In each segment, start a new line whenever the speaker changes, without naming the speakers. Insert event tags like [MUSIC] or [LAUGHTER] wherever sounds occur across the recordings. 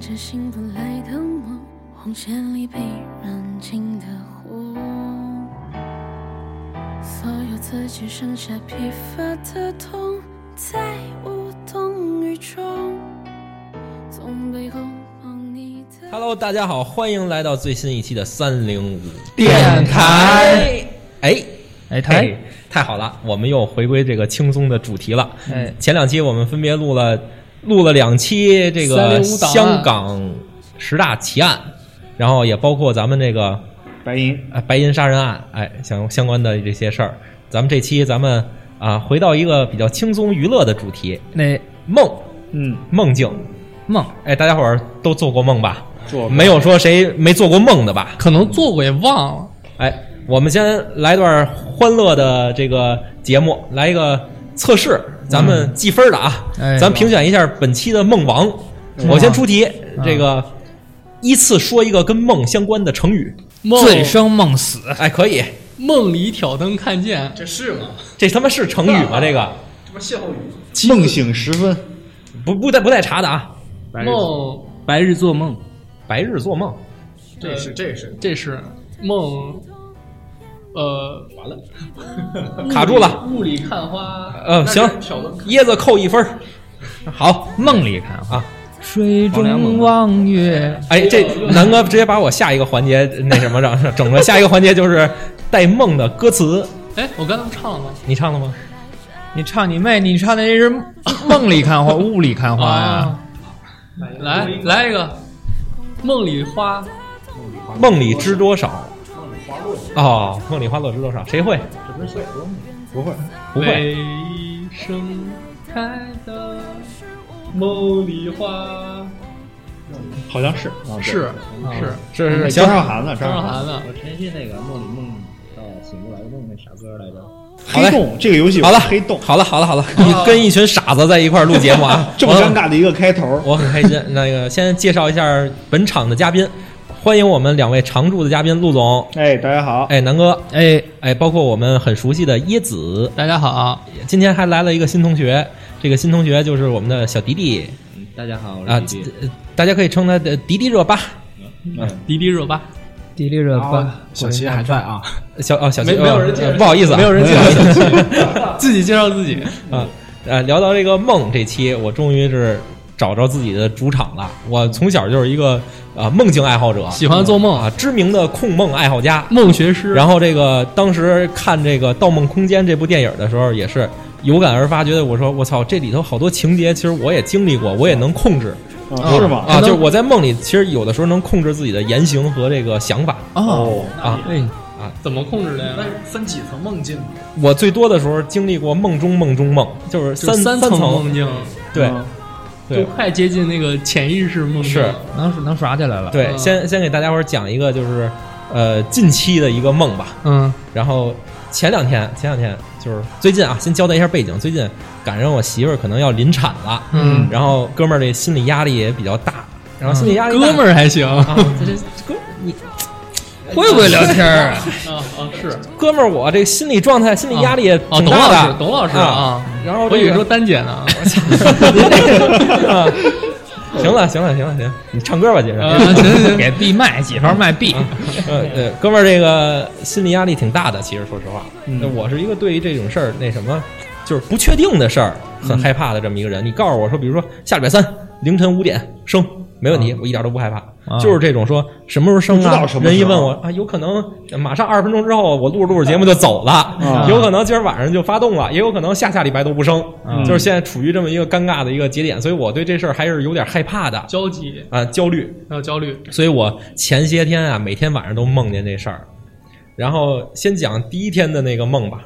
着醒不来的梦，红线里被燃尽的火，所有自己剩下疲乏的痛，再无动于衷，从背后帮你的。
Hello，大家好，欢迎来到最新一期的三零五。
电台，
哎，
哎
哎，太好了，我们又回归这个轻松的主题了。
哎
前两期我们分别录了录了两期这个
305档案
香港十大奇案，然后也包括咱们这个
白银，
啊，白银杀人案，哎，相相关的这些事儿。咱们这期咱们啊，回到一个比较轻松娱乐的主题，
那
梦
嗯，
梦境。
梦
哎，大家伙儿都做过梦吧？
做
没有说谁没做过梦的吧？
可能做过也忘了。
哎，我们先来段欢乐的这个节目，来一个测试，咱们计分的啊，
哎
咱评选一下本期的梦王。啊我先出题，这个依次说一个跟梦相关的成语。
梦
醉生梦死，
哎，可以，
梦里挑灯看剑，
这是吗？
这他妈是成语吗？这个
这不是歇后语吗？
梦醒时分，
不不带不带查的啊，
梦
白日做梦，
白日做梦。
这个是这个是
这是梦，呃，完了，
卡住了
雾里看花，
嗯，行，
挑灯看
椰子扣一分儿。好，
梦里看
啊，
水中望月，
哎，这南哥直接把我下一个环节那什么整整了。下一个环节就是带梦的歌词，
哎，我刚才不唱了吗？
你唱了吗？
你唱你妹，你唱的那是梦里看 [LAUGHS] 花，雾里看花呀，
啊，来来一个，梦里花，
梦里知多少？哦，梦里花落知多少？谁会？
不会，
不会。
为盛开的梦里花，
好像是啊
是是嗯
是嗯是是，行
张，韶涵的，
张韶
张韶
涵的，
我真是那个梦里梦到醒不来的梦那啥歌来着？
嘞
黑洞这个游戏有
好了，
哎黑洞，，
好了，好了，好了，你跟一群傻子在一块儿录节目啊
[LAUGHS] 这么尴尬的一个开头，
我很开心。那个，先介绍一下本场的嘉宾，欢迎我们两位常驻的嘉宾陆总，
哎，大家
啊
好，
哎，南哥，
哎，
哎，包括我们很熟悉的椰子，
大家好，
今天还来了一个新同学，这个新同学就是我们的小迪迪
嗯，大家好，我
啊
是迪迪。，
呃大家可以称他的呃迪迪热巴。
迪迪热巴，
迪丽热
啊，小齐还在啊，
小哦，小
没
迪
没有人介绍
呃不好意思啊，
没有人介绍自己， [LAUGHS] 自己介绍自己。
啊。呃，聊到这个梦这期，我终于是找着自己的主场了。我从小就是一个啊、呃梦境爱好者，
喜欢做梦
啊，，知名的控梦爱好家。
梦学师，
然后这个当时看这个《盗梦空间》这部电影的时候，也是有感而发，觉得我说我操，这里头好多情节，其实我也经历过，我也能控制。
是吗？
啊，就是我在梦里，其实有的时候能控制自己的言行和这个想法
哦，
啊。
哎怎么控制的呀？
那分几层梦境？
我最多的时候经历过梦中梦中梦，就是
就
三
三
层
梦境，
对
就
对
快接近那个潜意识梦境。
是
能能耍起来了，
对。
嗯
先先给大家伙儿讲一个，就是呃近期的一个梦吧。
嗯，
然后前两天前两天就是最近啊，先交代一下背景，最近赶上我媳妇儿可能要临产了，
嗯
然后哥们儿这心理压力也比较大，然后心理压
哎
力大、
哥们儿还行 [LAUGHS] 啊
啊，
哦
这这哥你
会不会聊天儿？ [LAUGHS]
哦
啊是
哥们儿我这心理状态、心理压力也
啊，
挺
董
大的。
老师，董老师啊，
然后
我以
这
为
个
说丹姐呢，
啊，行了，行了，行了，行，你唱歌吧，接着。
啊行行 [LAUGHS]
[LAUGHS]
行，
给闭麦，几号麦闭？
[LAUGHS] 呃呃，哥们儿，这个心理压力挺大的。其实说实话，我是一个对于这种事儿那什么，就是不确定的事儿很害怕的这么一个人。你告诉我说，比如说下礼拜三凌晨五点生，没问题，我一点都不害怕。
啊
就是这种说什么时候生
不知
啊
道什？么时候
人一问我啊，有可能马上二十分钟之后我录着录着节目就走了，有可能今儿晚上就发动了，也有可能下下礼拜都不生。
嗯
就是现在处于这么一个尴尬的一个节点，所以我对这事儿还是有点害怕的
焦急
啊，焦虑。
还有焦虑，
所以我前些天啊，每天晚上都梦见这事儿。然后先讲第一天的那个梦吧。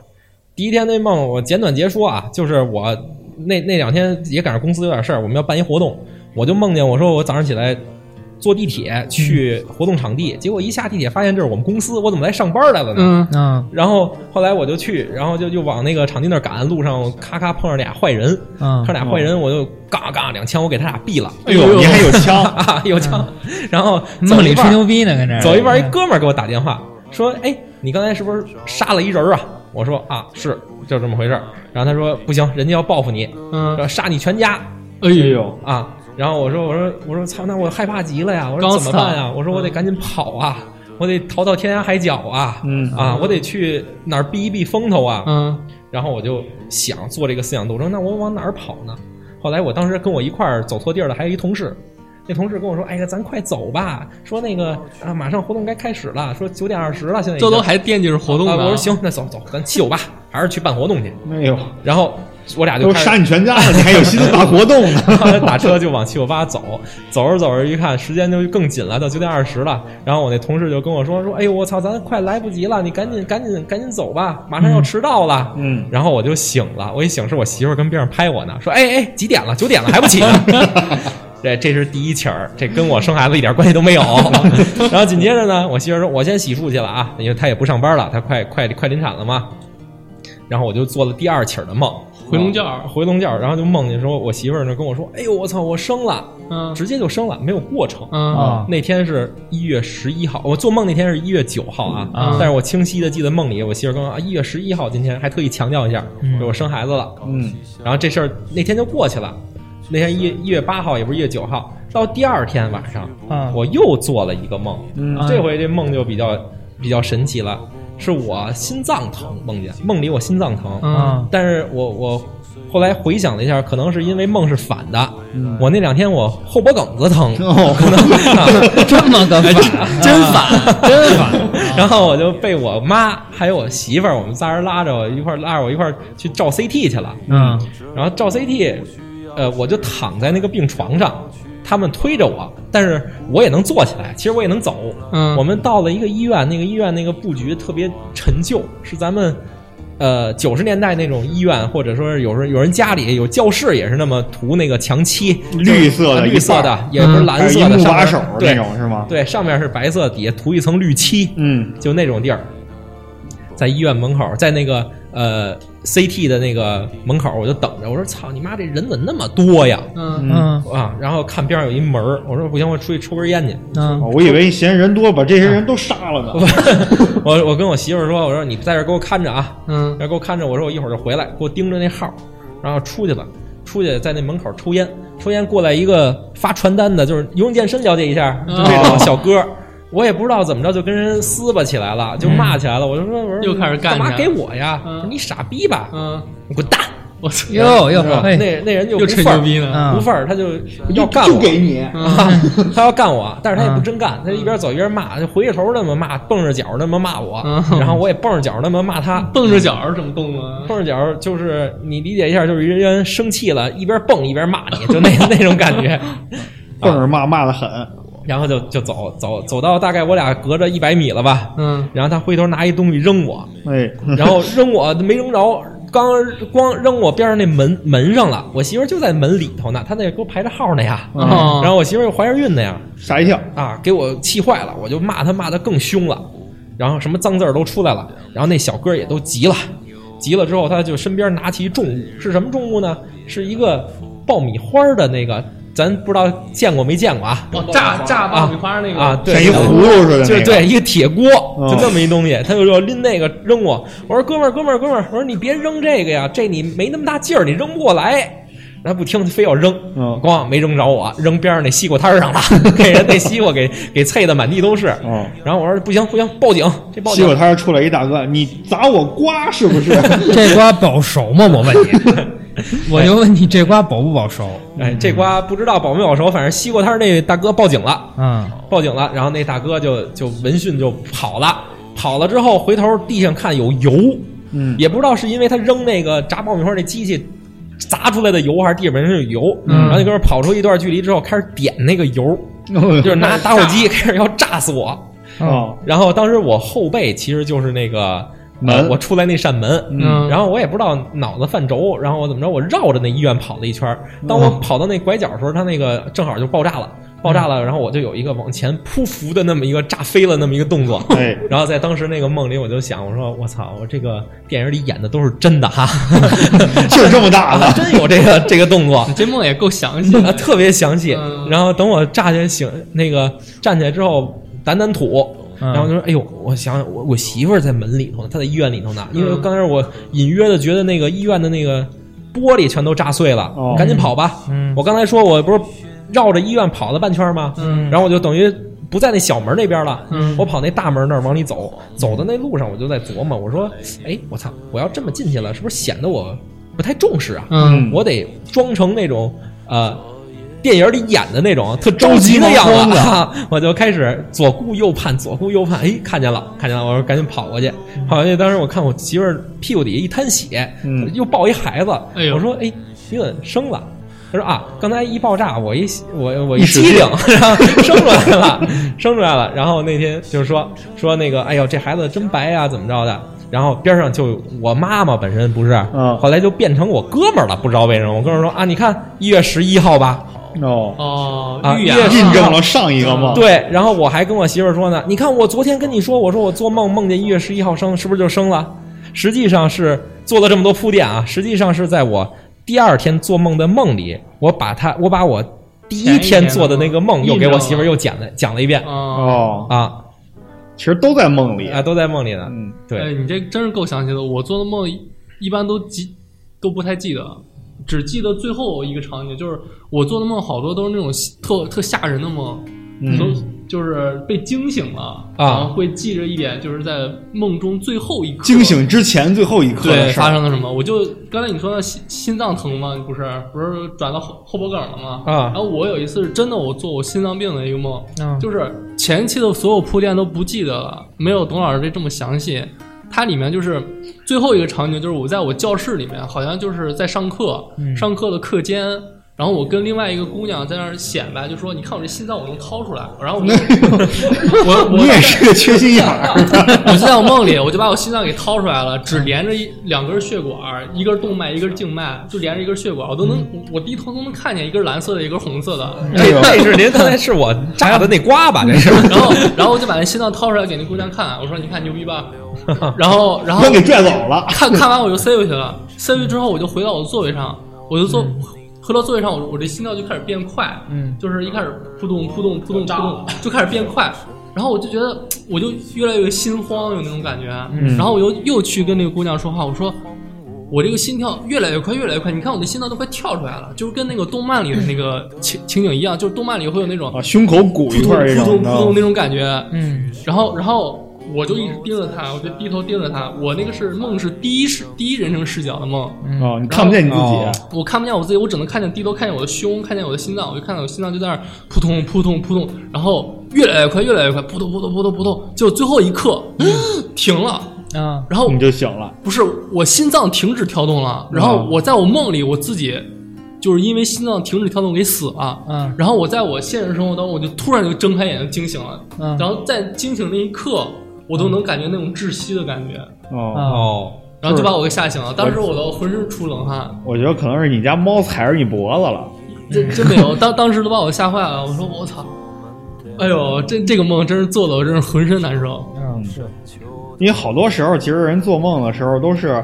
第一天那梦，我简短截说啊，就是我那那两天也赶上公司有点事儿，我们要办一活动，我就梦见我说我早上起来坐地铁去活动场地，结果一下地铁发现这是我们公司，我怎么来上班来了呢？
嗯，
嗯
然后后来我就去，然后就就往那个场地那儿赶，路上咔咔碰上俩坏人，
嗯
碰上俩坏人我就嘎嘎两枪，我给他俩毙了
哎呦，你还有 [LAUGHS] 枪？
啊，有枪。 [LAUGHS] 然后走
梦
一
里
半
吹牛逼呢，
哎
跟这儿
走一半，一哥们儿给我打电话说：“哎，你刚才是不是杀了一人儿啊？”我说：“啊，是，就这么回事儿。”然后他说：“不行，人家要报复你，
嗯，
要杀你全家
哎呦，
啊！”然后我说我说我说操，那我害怕极了呀！我说
刚
怎么
死啊
办
了
呀？我说我得赶紧跑啊！我得逃到天涯海角啊！
嗯
啊，我得去哪儿避一避风头啊！
嗯，
然后我就想做这个思想斗争，那我往哪儿跑呢？后来我当时跟我一块儿走错地儿的还有一同事，那同事跟我说：“哎呀，咱快走吧，说那个啊，马上活动该开始了，说九点二十了，现在已经
哦这都还惦记着活动
啊
呢。
我说，行，那走走，咱七九八还是去办活动去。
哎呦，
然后我俩就
都
开始
杀你全家了，你还有心思办活动呢？
[LAUGHS] 打车就往七九八走，走着走着一看时间就更紧了，到九点二十了。然后我那同事就跟我说说，哎呦我操，咱快来不及了，你赶紧赶紧赶紧走吧，马上要迟到了。
嗯嗯
然后我就醒了，我一醒是我媳妇儿跟边上拍我呢，说哎哎几点了？九点了还不起呢。对，这是第一起儿，这跟我生孩子一点关系都没有。然后紧接着呢，我媳妇儿说：“我先洗漱去了啊，因为她也不上班了，她快快快临产了嘛。”然后我就做了第二起儿的梦，
回笼觉儿
回笼觉儿，然后就梦见说，我媳妇儿呢跟我说：“哎呦，我操，我生了，
嗯
直接就生了，没有过程。
嗯
啊
那天是一月十一号，我做梦那天是一月九号啊，
啊
但是我清晰的记得梦里，我媳妇儿跟我说啊，一月十一号今天还特意强调一下，
嗯
说我生孩子了。
嗯，
然后这事儿那天就过去了。那天一一月八号，也不是一月九号，到第二天晚上，
啊
我又做了一个梦。
嗯
这回这梦就比较比较神奇了，是我心脏疼，梦见梦里我心脏疼。
嗯
啊
但是我我后来回想了一下，可能是因为梦是反的，
嗯
我那两天我后脖梗子疼， [LAUGHS] 可能
[LAUGHS] 这么 [LAUGHS] 个
真反，真反。啊
然后我就被我妈还有我媳妇儿，我们仨人拉着我一块儿拉着我一块儿去照 CT 去了。
嗯
然后照 CT，呃，我就躺在那个病床上，他们推着我，但是我也能坐起来，其实我也能走。
嗯
我们到了一个医院，那个医院那个布局特别陈旧，是咱们。呃，九十年代那种医院，或者说是有时候有人家里有教室，也是那么涂那个墙漆，啊
绿色的
绿色
一块
的
儿，
也不是
嗯
蓝
还有
色
一
的，
木
上
把
面
手
对
那种是吗？
对，上面是白色，底下涂一层绿漆，
嗯，
就那种地儿，在医院门口，在那个呃 CT 的那个门口，我就等着。我说：“操你妈，这人怎么那么多呀
嗯
嗯？”
啊，然后看边上有一门儿，我说：“不行，我出去抽根烟去。
嗯
哦我以为嫌人多，把这些人都杀了呢。
啊
[LAUGHS]
我”我跟我媳妇儿说：“我说你在这儿给我看着啊，
嗯
要给我看着。”我说：“我一会儿就回来，给我盯着那
嗯
号儿。”然后出去了，出去在那门口抽烟，抽烟过来一个发传单的，就是游泳健身了解一下，就这种小哥儿。我也不知道怎么着，就跟人撕巴起来了，就骂起来了。我就说，我说
嗯又开始干
干嘛
起来
给我呀？
嗯
我说你傻逼吧？
嗯，
你滚蛋！
我操，
哟哟嘿
那那人就
哎又
不
吹
忿儿，
牛
啊
逼呢。
啊
不忿儿，他 [LAUGHS] 就要干
就
我，
给你，
嗯
他要干我，但是他也不真干，他一边走一边骂，就回着头那么骂，蹦着脚那么骂我，
嗯
然后我也蹦着脚那么骂他。
蹦着脚是什么动
[LAUGHS]
作啊？
蹦着脚就是你理解一下，就是一人生气了，一边蹦一边骂你，就那那种感觉，
蹦着骂骂的很。
然后就就走走走到大概我俩隔着一百米了吧，
嗯
然后他回头拿一东西扔我，
哎，
然后扔我没扔着，刚光扔我边上那门门上了，我媳妇儿就在门里头呢，她那给我排着号呢呀，
哦
然后我媳妇儿又怀着孕呢呀，
啊吓一跳，
啊，给我气坏了，我就骂她骂得更凶了，然后什么脏字儿都出来了，然后那小哥也都急了，急了之后他就身边拿起一重物，是什么重物呢？是一个爆米花儿的那个，咱不知道见过没见过啊？
哦，炸炸爆米花那个
啊，，对，
像一葫芦似的那个，嗯
就对一个铁锅，就那么一东西，他就说拎那个扔我，我说哥们儿哥们儿哥们儿，我说你别扔这个呀，这你没那么大劲儿，你扔不过来。他不听，非要扔，
嗯
咣没扔着我，扔边上那西瓜摊儿
[LAUGHS]
上了，给人那西瓜给给啐的满地都是。
哦
然后我说不行不行，报警，这报
西
警
瓜。摊儿出来一大哥，你砸我瓜
[LAUGHS]
是不是？
这瓜保熟吗？我问 [LAUGHS] 你，我就问你这瓜保不保熟？
哎，这瓜不知道保没保熟，反正西瓜摊儿那大哥报警了，
嗯
报警了。然后那大哥就就闻讯就跑了，跑了之后回头地上看有油，
嗯，
也不知道是因为他扔那个炸爆米花那机器砸出来的油，还是地上是有油。然后那哥们儿跑出一段距离之后，开始点那个油， [LAUGHS] 就是拿打火机开始要炸死我。
哦，
然后当时我后背其实就是那个
门
呃我出来那扇门。
嗯，
然后我也不知道脑子犯轴，然后我怎么着，我绕着那医院跑了一圈儿。当我跑到那拐角的时候，它那个正好就爆炸了，爆炸了。然后我就有一个往前匍匐的那么一个炸飞了那么一个动作。
哎，
然后在当时那个梦里，我就想，我说我操，我这个电影里演的都是真的哈， [LAUGHS]
劲儿这么大
啊，
呢？
真有这个这个动作
你。这梦也够详细
啊，
的。
特别详细
嗯。
然后等我炸起来醒，那个站起来之后掸掸土，
嗯
然后就说：“哎呦，我想我我媳妇儿在门里头呢，她在医院里头呢。因为
嗯
刚开始我隐约的觉得那个医院的那个玻璃全都炸碎了
哦，
赶紧跑吧。
嗯
我刚才说我不是绕着医院跑了半圈嘛，
嗯
然后我就等于不在那小门那边了，
嗯
我跑那大门那儿往里走，走的那路上我就在琢磨，我说，哎，我操，我要这么进去了，是不是显得我不太重视啊？
嗯
我得装成那种呃电影里演的那种特着急的样
着急忙慌
子
的
啊！ [LAUGHS] 我就开始左顾右盼，左顾右盼，哎，看见了，看见了，我说赶紧跑过去，跑过去。当时我看我媳妇儿屁股底下一滩血，
嗯
又抱一孩子，
哎呦
我说哎，你怎么生了？她说啊，刚才一爆炸，我一我我一
一使
激灵，然后生出来了， [LAUGHS] 生出来了。然后那天就是说说那个，哎呦，这孩子真白呀、怎么着的？然后边上就我妈妈本身不是，
嗯
后来就变成我哥们儿了，不知道为什么。我哥们儿说啊，你看一月十一号吧，
哦，
哦
啊，
预言 [LAUGHS]
越
印
了
证了上一个梦。，
对。然后我还跟我媳妇儿说呢，你看我昨天跟你说，我说我做梦梦见一月十一号生，是不是就生了？实际上是做了这么多铺垫啊，实际上是在我第二天做梦的梦里，我把他，我把我第
前
一
一天
天
的
做的那个梦又给
印证
我
了
媳妇儿又讲了讲了一遍
哦，
哦，
啊
其实都在梦里。
啊，都在梦里呢。
嗯，
哎，
对，
你这真是够详细的。我做的梦一般都记都不太记得，只记得最后一个场景，就是我做的梦好多都是那种特特吓人的梦，
嗯
都就是被惊醒了
啊
然后会记着一点，就是在梦中最后一刻
惊醒之前最后一刻的
对
事
发
儿。
生了什么？我就刚才你说的心心脏疼吗？不是，不是转到后后脖梗了吗？
啊
然后我有一次是真的，我做我心脏病的一个梦，
嗯
就是前期的所有铺垫都不记得了，没有董老师这这么详细。它里面就是最后一个场景，就是我在我教室里面，好像就是在上课，上课的课间。然后我跟另外一个姑娘在那儿显摆，就说：“你看我这心脏，我能掏出来。”然后我就 [LAUGHS] 我我
你也是个缺心眼
[LAUGHS]
儿。
我就在我梦里，我就把我心脏给掏出来了，只连着一两根血管，一根动脉，一根静脉，就连着一根血管，我都能，我低头都能看见一根蓝色的，一根红色的。
哎呦，
这是您刚才是我炸的那瓜吧？这是。
然后，然后我就把那心脏掏出来给那姑娘看，我说：“你看牛逼吧？” [LAUGHS] 然后，然后
我给拽走了。
[LAUGHS] 看看完我就塞回去了，塞回去之后我就回到我的座位上，我就坐、
嗯
回到座位上，我我这心跳就开始变快，
嗯
就是一开始扑通扑通扑通扑通就开始变快，然后我就觉得我就越来越心慌，有那种感觉，
嗯
然后我又又去跟那个姑娘说话，我说。我这个心跳越来越快，越来越快。你看我的心脏都快跳出来了，就是跟那个动漫里的那个情情景一样，就是动漫里会有那种
啊，胸口鼓
扑
一
通
块儿这
扑通
种
扑通
的哦
那种感觉。
嗯
然后然后我就一直盯着
哦
他，我
啊
就低头盯着他。我那个是梦是第一视第一人称视角的梦，
哦，你看不见你自己，
我看不见我自己，我只能看见低头看见我的胸，看见我的心脏，我就看到我心脏就在那儿扑通扑通扑通，然后越来越快，越来越快，扑通扑通扑通扑通，就最后一刻、嗯停了。
啊，
然后
你就醒了。
不是我心脏停止跳动了，然
啊
后我在我梦里我自己就是因为心脏停止跳动给死了，
嗯
然后我在我现实生活当中我就突然就睁开眼睛惊醒了，
嗯
然后在惊醒那一刻我都能感觉那种窒息的感觉，
哦，
啊，
哦，
然后就把我给吓醒了，当时我都浑身出冷汗，
我觉得可能是你家猫踩着你脖子了。
真真没有，当当时都把我吓坏了，我说我操，哎呦，这这个梦真是做的我真是浑身难受，
嗯是，
因为好多时候，其实人做梦的时候都是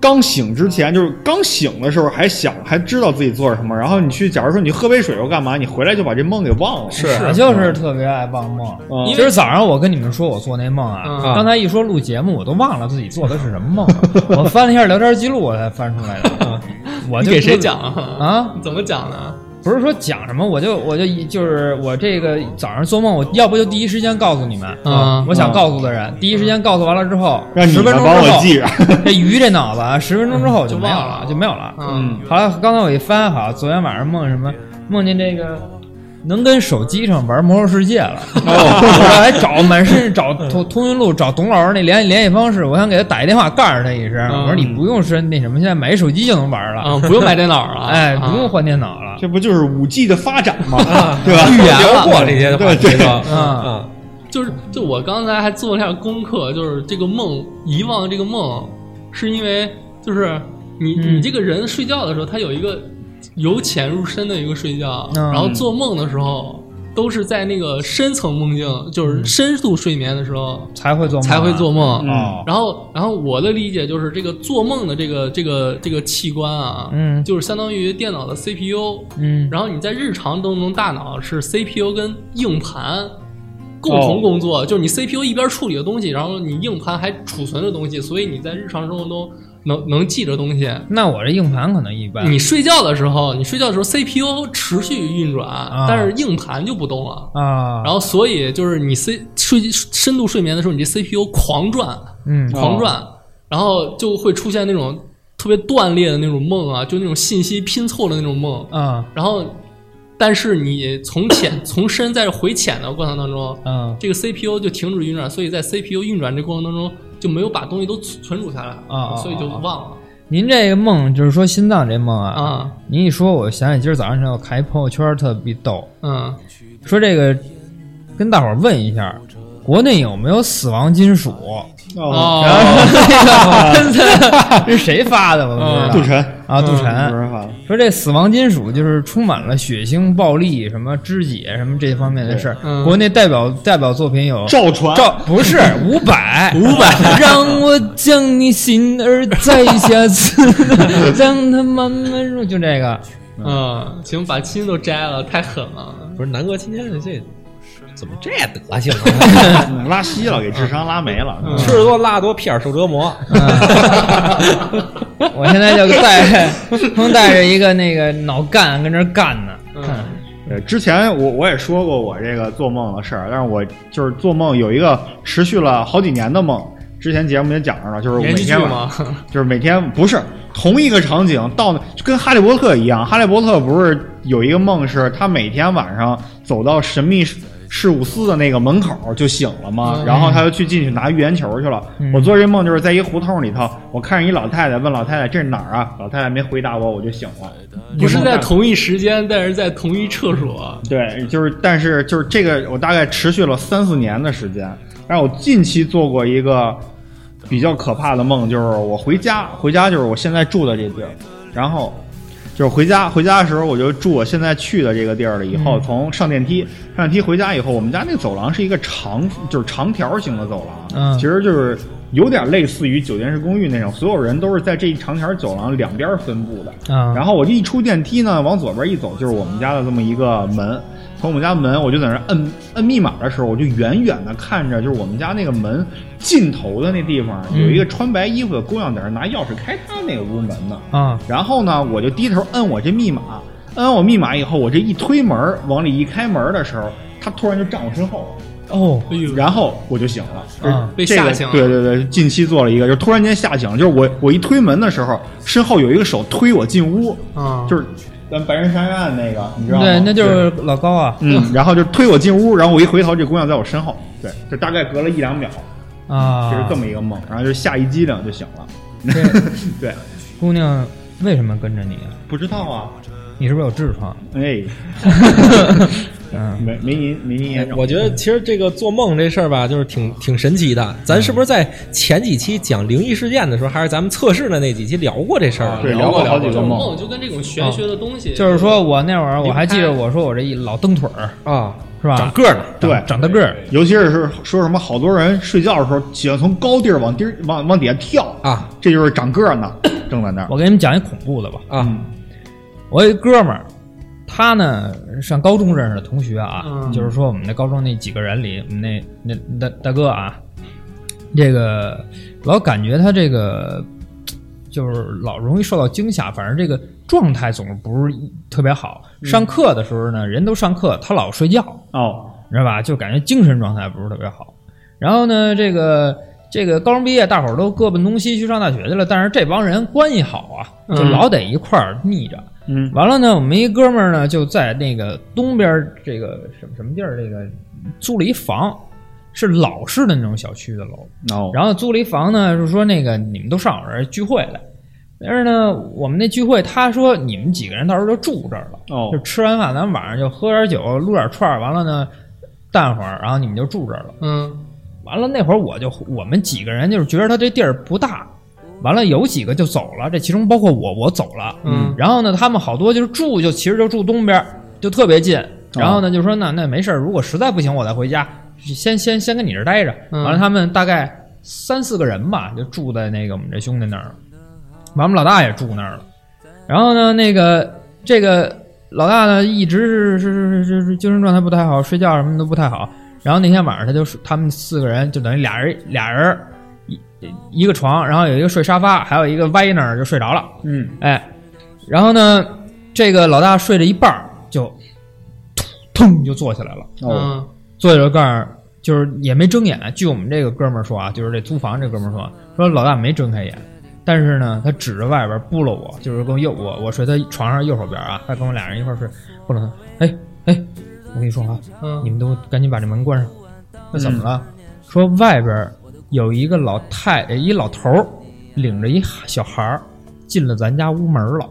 刚醒之前，就是刚醒的时候还想还知道自己做了什么，然后你去，假如说你喝杯水又干嘛，你回来就把这梦给忘了。
是
我就是特别爱忘梦。
嗯
今儿早上我跟你们说我做那梦啊，
嗯
刚才一说录节目，我都忘了自己做的是什么梦了。
[LAUGHS]
我翻了一下聊天记录，我才翻出来的。我
嗯你
就
给谁
特别
讲啊？
啊？
[LAUGHS] 怎么讲呢？
不是说讲什么，我就我就一就是我这个早上做梦，我要不就第一时间告诉你们啊
嗯
我想告诉的人，第一时间告诉完了之后，
让你
十
们
分钟
帮
之
我
后，
记着。
[LAUGHS] 这鱼这脑子啊，十分钟之后就没有了，
就忘了
就没有了。
嗯，
好了，刚才我一翻，好，昨天晚上梦什么？梦见这个能跟手机上玩《魔兽世界》
[LAUGHS]
了。我
哦
还找满身找 [LAUGHS] 通通讯录，找董老师那联联系方式，我想给他打一电话，告诉他一声，
嗯
我说你不用是那什么，现在买一手机就能玩了，
啊，不用买电脑了，
哎，不用
啊，
换电脑了。
这不就是五 G 的发展吗？ [LAUGHS]
啊
[LAUGHS] 对吧？
预言
聊
了
过这些话题
对对
了，啊
嗯
就是就我刚才还做了一下功课，就是这个梦遗忘这个梦，是因为就是你、
嗯
你这个人睡觉的时候，他有一个由浅入深的一个睡觉，
嗯
然后做梦的时候都是在那个深层梦境，
嗯
就是深度睡眠的时候
才会做梦啊，
才会做梦。
嗯
然后，然后我的理解就是，这个做梦的这个这个这个器官啊，
嗯
就是相当于电脑的 CPU，
嗯，
然后你在日常当中，大脑是 CPU 跟硬盘，共同工作，就是你 CPU 一边处理的东西，然后你硬盘还储存着东西，所以你在日常生活中能能记着东西。
那我这硬盘可能一般。
你睡觉的时候，你睡觉的时候 CPU 持续运转，但是硬盘就不动了。
啊，
然后，所以就是你 C 睡深度睡眠的时候，你这 CPU 狂转，
嗯
狂转，然后就会出现那种特别断裂的那种梦啊，就那种信息拼凑的那种梦。
啊
然后，但是你从浅 [COUGHS] 从深在回浅的过程当中，呃
啊
这个 CPU 就停止运转，所以在 CPU 运转这过程当中就没有把东西都存存储下来，
啊啊
所以就忘了
您这个梦就是说心脏这梦啊，
啊，
您一说，我想起今儿早上我看一朋友圈特别逗，
嗯，
说这个跟大伙儿问一下，国内有没有死亡金属？
哦，
哦，
然后那个 [LAUGHS] 是谁发的？我不
杜
知道。
晨
啊，杜
嗯杜
晨
晨发的
说这死亡金属就是充满了血腥、暴力、什么肢解、什么这方面的事儿。
嗯
国内代表代表作品有
赵传
赵不是伍佰，伍佰，啊让我将你心儿摘下刺，让它慢慢入，就这个。
[LAUGHS] 嗯，行，把亲都摘了，太狠了。
不是南哥今天这怎么这德行啊？ [LAUGHS]
嗯拉稀了，给智商拉没了。嗯
吃得多拉得多，屁眼儿受折磨。
我现在就带光带着一个那个脑干跟这儿干呢。
嗯
对，呃之前我我也说过我这个做梦的事儿，但是我就是做梦有一个持续了好几年的梦，之前节目也讲上了，就是我每
连续剧
天晚
吗？ [LAUGHS]
就是每天不是同一个场景到那，就跟哈利波特一样，哈利波特不是有一个梦是他每天晚上走到神秘事务司的那个门口就醒了嘛，
嗯
然后他就去进去拿预言球去了。我做这梦就是在一胡同里头，我看着一老太太，问老太太这是哪儿啊？老太太没回答我，我就醒了。
不是在同一时间，但是在同一厕所。
对，就是，但是就是这个，我大概持续了三四年的时间。但是我近期做过一个比较可怕的梦，就是我回家，回家就是我现在住的这地儿，然后就是回家，回家的时候我就住我现在去的这个地儿了。以后从上电梯，上电梯回家以后，我们家那走廊是一个长，就是长条形的走廊，
嗯
其实就是。有点类似于酒店式公寓那种，所有人都是在这一长条走廊两边分布的。
啊，
然
后
后我一出电梯呢，往左边一走就是我们家的这么一个门。从我们家门，我就在那儿摁摁密码的时候，我就远远的看着，就是我们家那个门尽头的那地方，有
嗯
一个穿白衣服的姑娘在那儿拿钥匙开她那个屋门呢。
啊
然后呢，我就低头摁我这密码，摁完我密码以后，我这一推门儿往里一开门的时候，她突然就站我身后了，
哦
哎呦，
然后我就醒了。
啊
被
这个
吓醒了。
对对对，近期做了一个，就突然间吓醒了，就是我我一推门的时候，身后有一个手推我进屋，
啊，
就是咱白人杀人案那个，你知道吗？
对，那就是老高啊
嗯，然后就推我进屋，然后我一回头，这姑娘在我身后，对，就大概隔了一两秒，
啊，
就是这么一个梦，然后就吓一激灵就醒了。
这
对，
姑娘为什么跟着你啊？
[LAUGHS] 不知道啊，
你是不是有痔疮？
哎，
[LAUGHS] 嗯
没没您没您严重，
我觉得其实这个做梦这事儿吧，就是挺挺神奇的。咱是不是在前几期讲灵异事件的时候，还是咱们测试的那几期聊过这事儿啊？
对，
聊
过
过
好几
聊
个
过
梦
梦，哦就跟这种玄学的东西，
啊就是说我那会儿我还记得
离不开
我说我这一老蹬腿儿
啊，
是吧？
长个儿了。
对，
长大个儿
尤其是说说什么，好多人睡觉的时候喜欢从高地儿往地儿往往底下跳
啊，
这就是长个儿呢，正在那儿
我给你们讲一恐怖的吧。
啊，
我有一哥们儿，他呢上高中认识的同学啊，
嗯
就是说我们那高中那几个人里，我们那那大大哥啊，这个老感觉他这个就是老容易受到惊吓，反正这个状态总是不是特别好。上课的时候呢，人都上课，他老睡觉，
哦，
你知道吧？就感觉精神状态不是特别好。然后呢，这个这个高中毕业，大伙儿都各奔东西去上大学去了，但是这帮人关系好啊，就老得一块儿腻着。
嗯
完了呢，我们一哥们儿呢就在那个东边儿这个什么什么地儿，这个租了一房，是老式的那种小区的楼。
哦，
然后租了一房呢，就说那个你们都上我这儿聚会来。但是呢，我们那聚会，他说你们几个人到时候就住这儿了，
哦
就吃完饭咱们晚上就喝点酒，撸点串儿，完了呢淡会儿，然后你们就住这儿了。
嗯
完了那会儿我就我们几个人就是觉得他这地儿不大，完了有几个就走了，这其中包括我，我走了。
嗯
然后呢，他们好多就是住就其实就住东边儿，就特别近。然后呢，就说那那没事儿，如果实在不行我再回家，先先先跟你这儿待着。
嗯
完了，他们大概三四个人吧，就住在那个我们这兄弟那儿了，完我们老大也住那儿了。然后呢，那个这个老大呢，一直是是是是是精神状态不太好，睡觉什么都不太好。然后那天晚上他就睡，他们四个人就等于俩人俩人一一个床，然后有一个睡沙发，还有一个歪那儿就睡着了。
嗯，
哎，然后呢，这个老大睡着一半儿就，腾就坐起来了。
哦，
嗯，
坐起来告诉，就是也没睁眼。啊据我们这个哥们儿说啊，就是这租房这哥们儿说，啊说老大没睁开眼，但是呢，他指着外边儿拨了我，就是跟我右我我睡他床上右手边儿啊，他跟我俩人一块儿睡，拨了他，哎哎，我跟你说啊，
嗯
你们都赶紧把这门关上。那怎么了？说外边儿有一个老太，呃一老头儿领着一小孩儿进了咱家屋门儿了，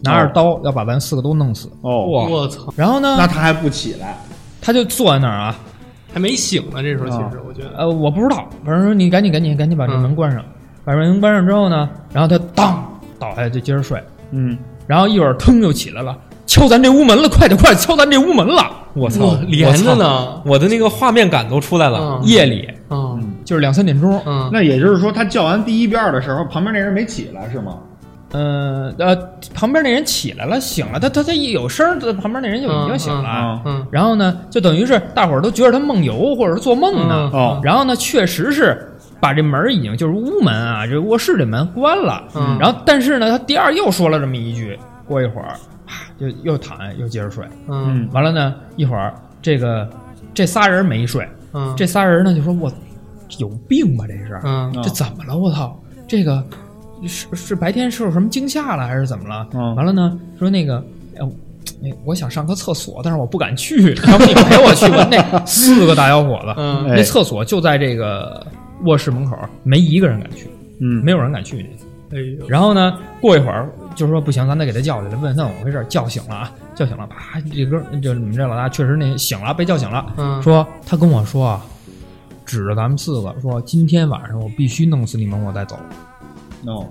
拿着刀要把咱四个都弄死。
哦，
哇，
我操，
然后
那
呢，
他还不起来？
他就坐在那儿啊，
还没醒呢，这时候其实我觉得，
呃，我不知道，反正说你赶紧赶紧赶紧把这门关上，把门关上之后呢，然后他当倒下就接着睡，
嗯，
然后一会儿腾就起来了，敲咱这屋门了，快点快点敲咱这屋门了，我操
哇，，嗯连着呢，
我的那个画面感都出来了。
嗯
夜里
嗯
就是两三点钟，
嗯，
[LAUGHS] 那也就是说，他叫完第一遍的时候，旁边那人没起来是吗？
嗯呃，旁边那人起来了，醒了，他他他一有声儿，旁边那人就已经醒了，
啊，
嗯
然后呢，就等于是大伙儿都觉得他梦游或者是做梦呢，
嗯
哦
然后呢，确实是把这门儿已经就是屋门啊，这卧室这门关了。
嗯
然后但是呢，他第二又说了这么一句，过一会儿，啪就又躺下又接着睡。
嗯
完了呢，一会儿这个这仨人没睡，
嗯，
这仨人呢就说我有病吧这是，
嗯
啊
这怎么了？我操，这个是是白天受什么惊吓了还是怎么了？
嗯
完了呢，说那个，哎、哎我想上个厕所，但是我不敢去，要不你陪我去吧？那四个大小伙子，
嗯
那厕所就在这个卧室门口，没一个人敢去，
嗯，
没有人敢去。
哎呦，
然后呢，过一会儿就说不行，咱得给他叫起来，问问怎么回事，叫醒了啊，叫醒了，啪，这哥就你们这老大啊确实那醒了，被叫醒了，
嗯
说他跟我说啊，指着咱们四个说，今天晚上我必须弄死你们，我再走。
哦，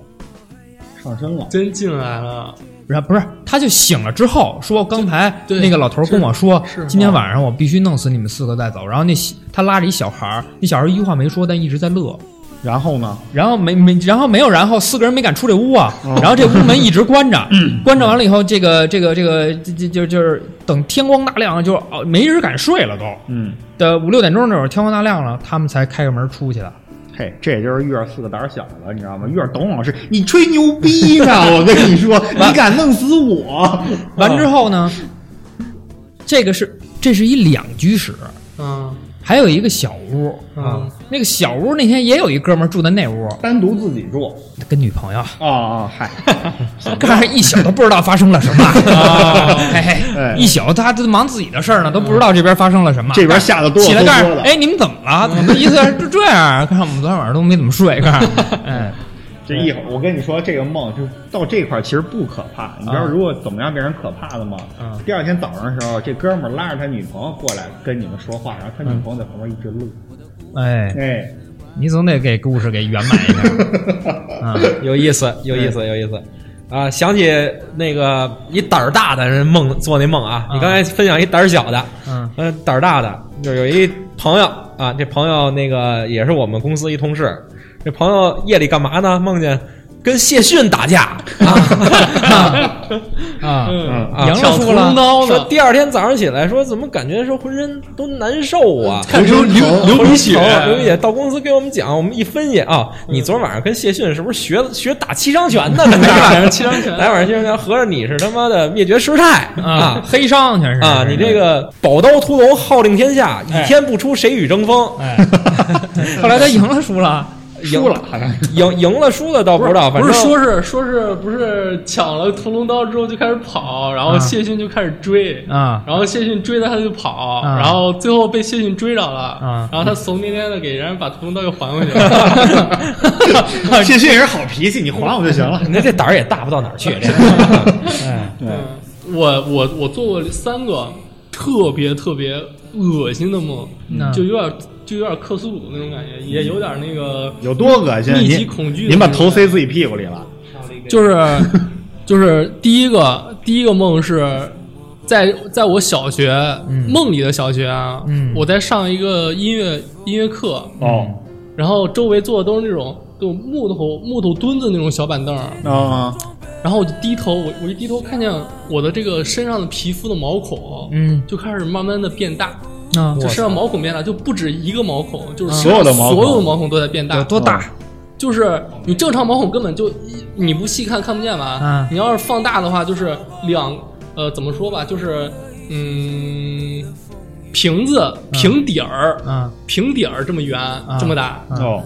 上身了。
真进来了，
然后不是，他就醒了之后说，刚才
对
那个老头跟我说
是是，
今天晚上我必须弄死你们四个再走。然后那小他拉着一小孩儿，那小孩儿一句话没说，但一直在乐。
然后呢？
然后没没，然后没有，然后四个人没敢出这屋啊。
哦
然后这屋门一直关着，
嗯
关着完了以后，这个这个这个这这就就是等天光大亮，就哦没人敢睡了都。
嗯，
的五六点钟那会儿，天光大亮了，他们才开个门出去的。
嘿，这也就是月儿四个胆儿小了，你知道吗？月儿董老师，你吹牛逼呢！ [LAUGHS] 我跟你说，你敢弄死我？
完之后
哦
呢，这个是这是一两居室，
嗯
还有一个小屋
啊
嗯
那个小屋那天也有一哥们儿住在那屋，
单独自己住
跟女朋
[LAUGHS]
友，
啊啊！
[LAUGHS]
嗨，
告诉一宿都不知道发生了什
[LAUGHS]
么，嘿
哎
嘿，一宿他都忙自己的事儿呢，都不知道这边发生了什么。
这边吓得哆
起
哆
来告
嗦
诉，
的，
哎，你们怎么了？怎么意思就这样？看我们昨天晚上都没怎么睡，
[LAUGHS]
告诉，哎，
这一会儿我跟你说，这个梦就到这块儿其实不可怕，你知
啊
道如果怎么样变成可怕的吗？
嗯
第二天早上的时候，这哥们儿拉着他女朋友过来跟你们说话，然后他女
嗯
朋友在旁边一直乐，
哎，
哎，
你总得给故事给圆满
[LAUGHS]
一下。啊，
有意思，有意思，有意思。啊，想起那个你胆儿大的人梦做那梦啊，你刚才分享一胆儿小的，
嗯，
呃，胆儿大的就是有一朋友啊，这朋友那个也是我们公司一同事，这朋友夜里干嘛呢？梦见跟谢逊打架啊
啊，
嗯
啊，
杨乐
抢
说
屠
了
龙刀
说
呢，
第二天早上起来说怎么感觉说浑身都难受啊，
看出流 [LAUGHS] 流鼻血，
头刘姐到公司给我们讲，我们一分析啊，你昨儿晚上跟谢逊是不是学学打七伤拳呢？昨天 [LAUGHS] 晚上
七伤拳
昨天晚上七伤拳，合着你是他妈的灭绝师太
啊
啊！，
黑商全是
啊，你这个宝刀屠龙，号令天下，倚天不出，谁与争锋？
[LAUGHS]
哎，后来他赢了，嗯输了，
赢
输了，好像是
赢赢了输了倒不知
啊
道，反
不
正
是说是说是不是抢了屠龙刀之后就开始跑，然后
啊
谢逊就开始追
啊
然后谢逊追他他就跑，
啊
然后最后被谢逊追着了，
啊
然后他怂颠颠的给人家把屠龙刀又还回去
[LAUGHS]
了， [LAUGHS]
谢逊也是好脾气，你还我就行了。
你这胆儿也大不到哪儿去。这
哎
我我我做过三个特别特别恶心的梦，
嗯
就有点就有点克苏鲁那种感觉，也有点那个
嗯
有多恶心？
密集
您
恐惧的
您把
那种
头塞自己屁股里了。
就是
[LAUGHS]
就是第一个第一个梦是在在我小学、梦里的小学啊，
嗯
我在上一个音乐音乐课，
哦
然后周围坐的都是那种那种木头木头墩子那种小板凳儿，
啊，
然后我就低头，我我一低头看见我的这个身上的皮肤的毛孔，
嗯
就开始慢慢的变大，
啊，
就身上毛孔变大，就不止一个毛孔，就是
所有的毛孔
所有毛孔都在变大
有，多大？
就是你正常毛孔根本就你不细看看不见吧？
嗯
你要是放大的话，就是两呃怎么说吧，就是嗯瓶子瓶底儿、
嗯
啊
瓶底儿这么圆、这么大，
嗯
哦，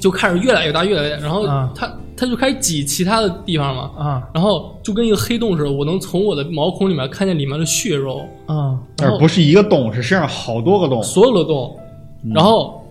就开始越来越大越来越大，然后
嗯
它、它就开始挤其他的地方嘛。
啊
然后就跟一个黑洞似的，我能从我的毛孔里面看见里面的血肉，
啊！
但是不是一个洞，是身上好多个洞。
所有的洞，
嗯
然后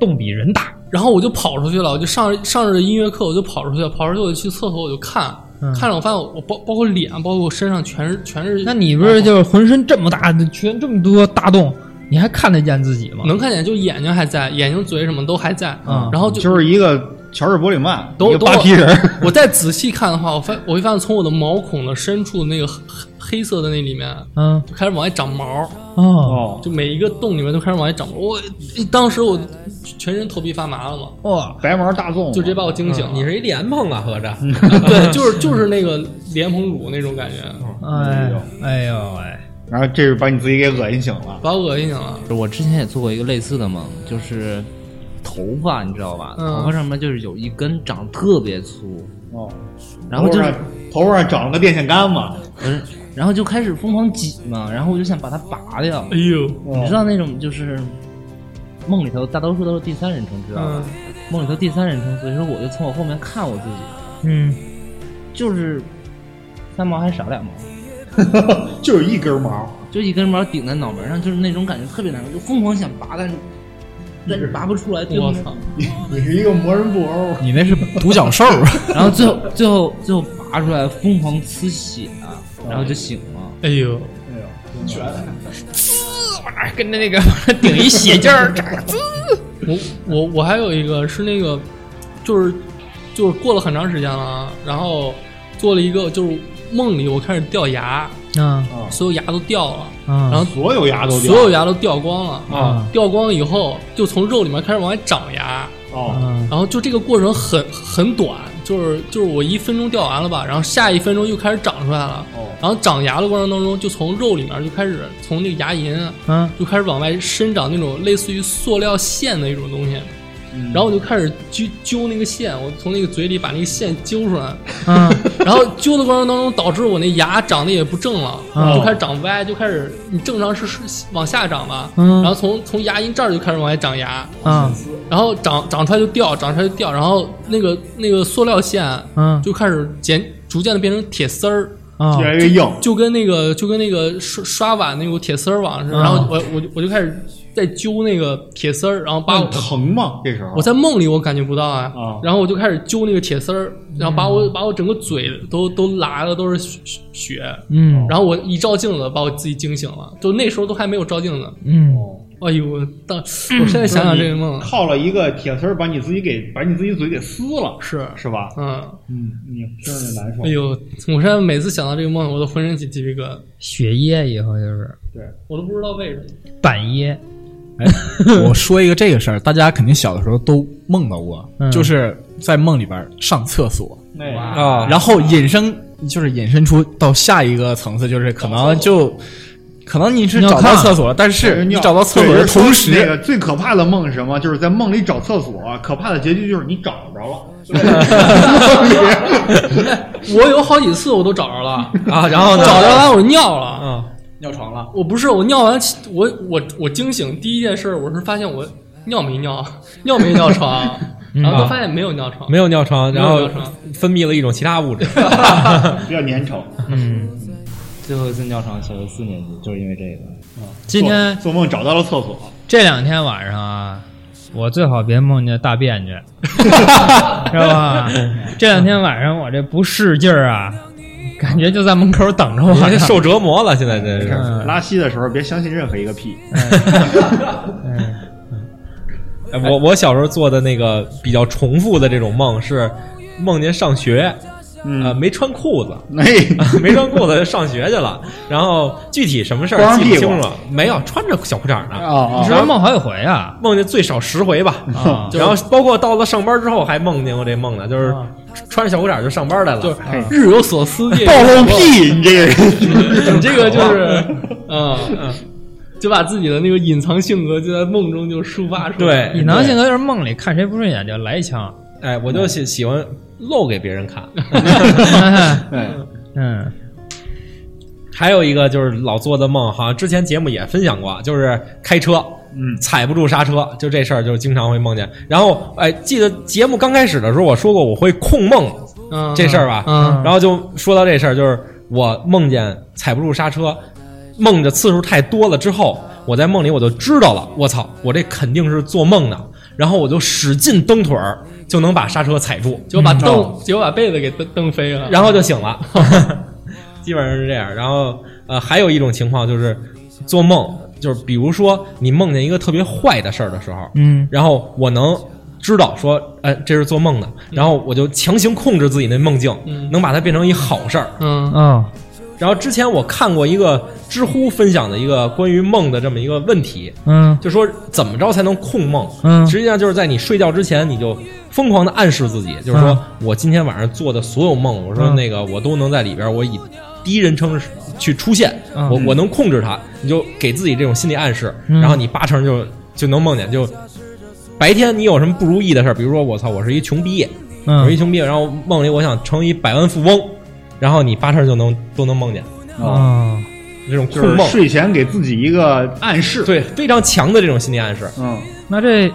洞比人大，
然后我就跑出去了，我就上上着音乐课，我就跑出去了，跑出去我就去厕所，我就看，
嗯
看了我发现我包包括脸，包括我身上全是全是，呃
那你不是就是浑身这么大，全这么多大洞，你还看得见自己吗？
能看见，就眼睛还在，眼睛嘴什么都还在，
嗯
然后就
就是一个乔治·伯里曼，
等
一
我
个
等
扒
我
皮人，
我再仔细看的话，我发我会发现从我的毛孔的深处那个黑黑色的那里面
嗯
就开始往外长毛，
哦
哦，
就每一个洞里面都开始往外长毛，我当时我全身头皮发麻了
哦
嘛，
哇
白毛大粽，
就直接把我惊醒了。
你是一莲蓬啊，合着。
[LAUGHS] 对，就是就是那个莲蓬乳那种感觉，
哦
哎哎呦喂
然后这是把你自己给恶心醒了。
把我恶心了。
我之前也做过一个类似的梦，就是头发，你知道吧？
嗯
头发上面就是有一根长得特别粗，
哦，
然后就是
头发上头发上长了个电线杆嘛， [LAUGHS]
不是，然后就开始疯狂挤嘛，然后我就想把它拔掉。
哎呦，
你知道那种就是梦里头大多数都是第三人称，知道吧？梦里头第三人称，所以说我就从我后面看我自己，
嗯
就是三毛还少两毛，
就是一根毛，
就一根毛顶在脑门上，就是那种感觉特别难受，就疯狂想拔，但是但是拔不出来。最后
我操！
你你是一个魔人布欧，
你那是独角兽，
啊
[LAUGHS] 然后最后最后最后拔出来，疯狂呲血，啊然后就醒了。
哎呦，
哎
跟着那个顶一血劲 [LAUGHS] 儿，
我我我还有一个是那个，就是就是过了很长时间了啊，然后做了一个就是梦里我开始掉牙，
啊
所有牙都掉了，
啊，
然后
嗯所有牙都掉
所有牙都掉光了
啊
掉光以后就从肉里面开始往外长牙，
哦，
啊
然后就这个过程很很短，就是就是我一分钟掉完了吧，然后下一分钟又开始长出来了，
哦
然后长牙的过程当中就从肉里面就开始从那个牙龈。
啊
就开始往外生长那种类似于塑料线的一种东西，
嗯
然后我就开始揪揪那个线，我从那个嘴里把那个线揪出
[LAUGHS]
来，
啊
然后揪的过程当中导致我那牙长得也不正了，
哦
就开始长歪，就开始你正常是是往下长吧，
嗯
然后从从牙龈这儿就开始往外长牙，
啊
然后长长出来就掉，长出来就掉，然后那个那个塑料线
嗯
就开始减逐渐的变成铁丝儿，
啊
越来越硬，
就跟那个就跟那个刷刷碗那个铁丝儿网似的，
啊
然后我我就我就开始在揪那个铁丝儿，然后把
那
我
你疼吗？这时候
我在梦里我感觉不到啊，
啊
然后我就开始揪那个铁丝儿，然后把我、把我整个嘴都都拉的都是血血，
嗯
然后我一照镜子把我自己惊醒了，就那时候都还没有照镜子，
嗯
哎呦，我当我现在想想这个梦
哦靠了一个铁丝儿把你自己给把你自己嘴给撕了，
是。
是吧？
嗯，
嗯，你听着就难受
哎。呦！我现在每次想到这个梦，我都浑身起鸡皮疙瘩，
血液以后就是
我都不知道为什么。
板噎
[LAUGHS]
我说一个这个事儿，大家肯定小的时候都梦到过，
嗯
就是在梦里边儿上厕所，
那
啊，
然后引申就是引申出到下一个层次，就是可能就可能你是
尿
找
炕
到厕所了，但是你
尿
找到厕所的
对就是说
同
那
时，
个最可怕的梦是什么？就是在梦里找厕所，啊可怕的结局就是你找着了。
我有好几次我都找着了，
啊，然后呢？
[LAUGHS] 找着完我尿了，
啊，
嗯尿床了，
我不是我尿完，我我我惊醒第一件事，我是发现我尿没尿，尿没尿床， [LAUGHS] 然后都发现没有尿床，
嗯啊没有尿床，然
没
后
有尿床
分泌了一种其他物质。
比较粘稠。
最后一次尿床，小学四年级，就是因为这个。
今天
做做梦找到了厕所，
这两天晚上啊，我最好别梦见大便去，知道吧？这两天晚上我这不是劲儿啊，感觉就在门口等着我
你这
呢。
受折磨了，现在真是。
嗯
拉稀的时候别相信任何一个屁。
哎我我小时候做的那个比较重复的这种梦是梦见上学，呃，
嗯，
没穿裤子， [LAUGHS]
那
没穿裤子就上学去了。然后具体什么事儿
光着
记
屁
不
股
清了，没有穿着小裤衩呢。
你
啊
是不是梦好几回啊？
梦见最少十回
[LAUGHS]
吧，
啊
然后包括到了上班之后还梦见过这梦呢，就是
啊
穿着小裤衩就上班来了，
就是日有所思夜有
[LAUGHS] 暴
所
露
梦，
[LAUGHS]
[LAUGHS]
屁，你这个人。
你这个就是，嗯，就把自己的那个隐藏性格就在梦中就抒发出来。
对，
隐藏性格就是梦里看谁不顺眼就来一枪。
哎，我就喜喜欢露给别人
[LAUGHS]
看。
对，
哎
嗯，
还有一个就是老做的梦，好像之前节目也分享过，就是开车，
嗯
踩不住刹车，就这事儿就经常会梦见。然后，哎，记得节目刚开始的时候我说过我会控梦
嗯，
这事儿吧，
嗯，
然后就说到这事儿，就是我梦见踩不住刹车，梦的次数太多了之后，我在梦里我就知道了，我操，我这肯定是做梦呢。然后我就使劲蹬腿儿，就能把刹车踩住，
结果把凳，结果把被子给蹬蹬飞了。
嗯然后就醒了， [LAUGHS] 基本上是这样。然后呃，还有一种情况就是做梦，就是比如说你梦见一个特别坏的事儿的时候，
嗯，
然后我能知道说，呃，这是做梦的，然后我就强行控制自己那梦境，
嗯
能把它变成一好事儿。
嗯
哦，
然后之前我看过一个知乎分享的一个关于梦的这么一个问题，
嗯
就说怎么着才能控梦？
嗯
实际上就是在你睡觉之前，你就疯狂的暗示自己，就是说
嗯
我今天晚上做的所有梦，我说
嗯
那个我都能在里边，我以第一人称去出现，
嗯
我我能控制它，你就给自己这种心理暗示，
嗯
然后你八成就就能梦见就。白天你有什么不如意的事儿，比如说我操，我是一穷逼，我是一
嗯，
穷逼，然后梦里我想成一百万富翁，然后你八成就能都能梦见
啊，
哦，
这种
就
控
是
梦，
睡前给自己一个暗示，，
对非常强的这种心理暗示。
嗯，
那这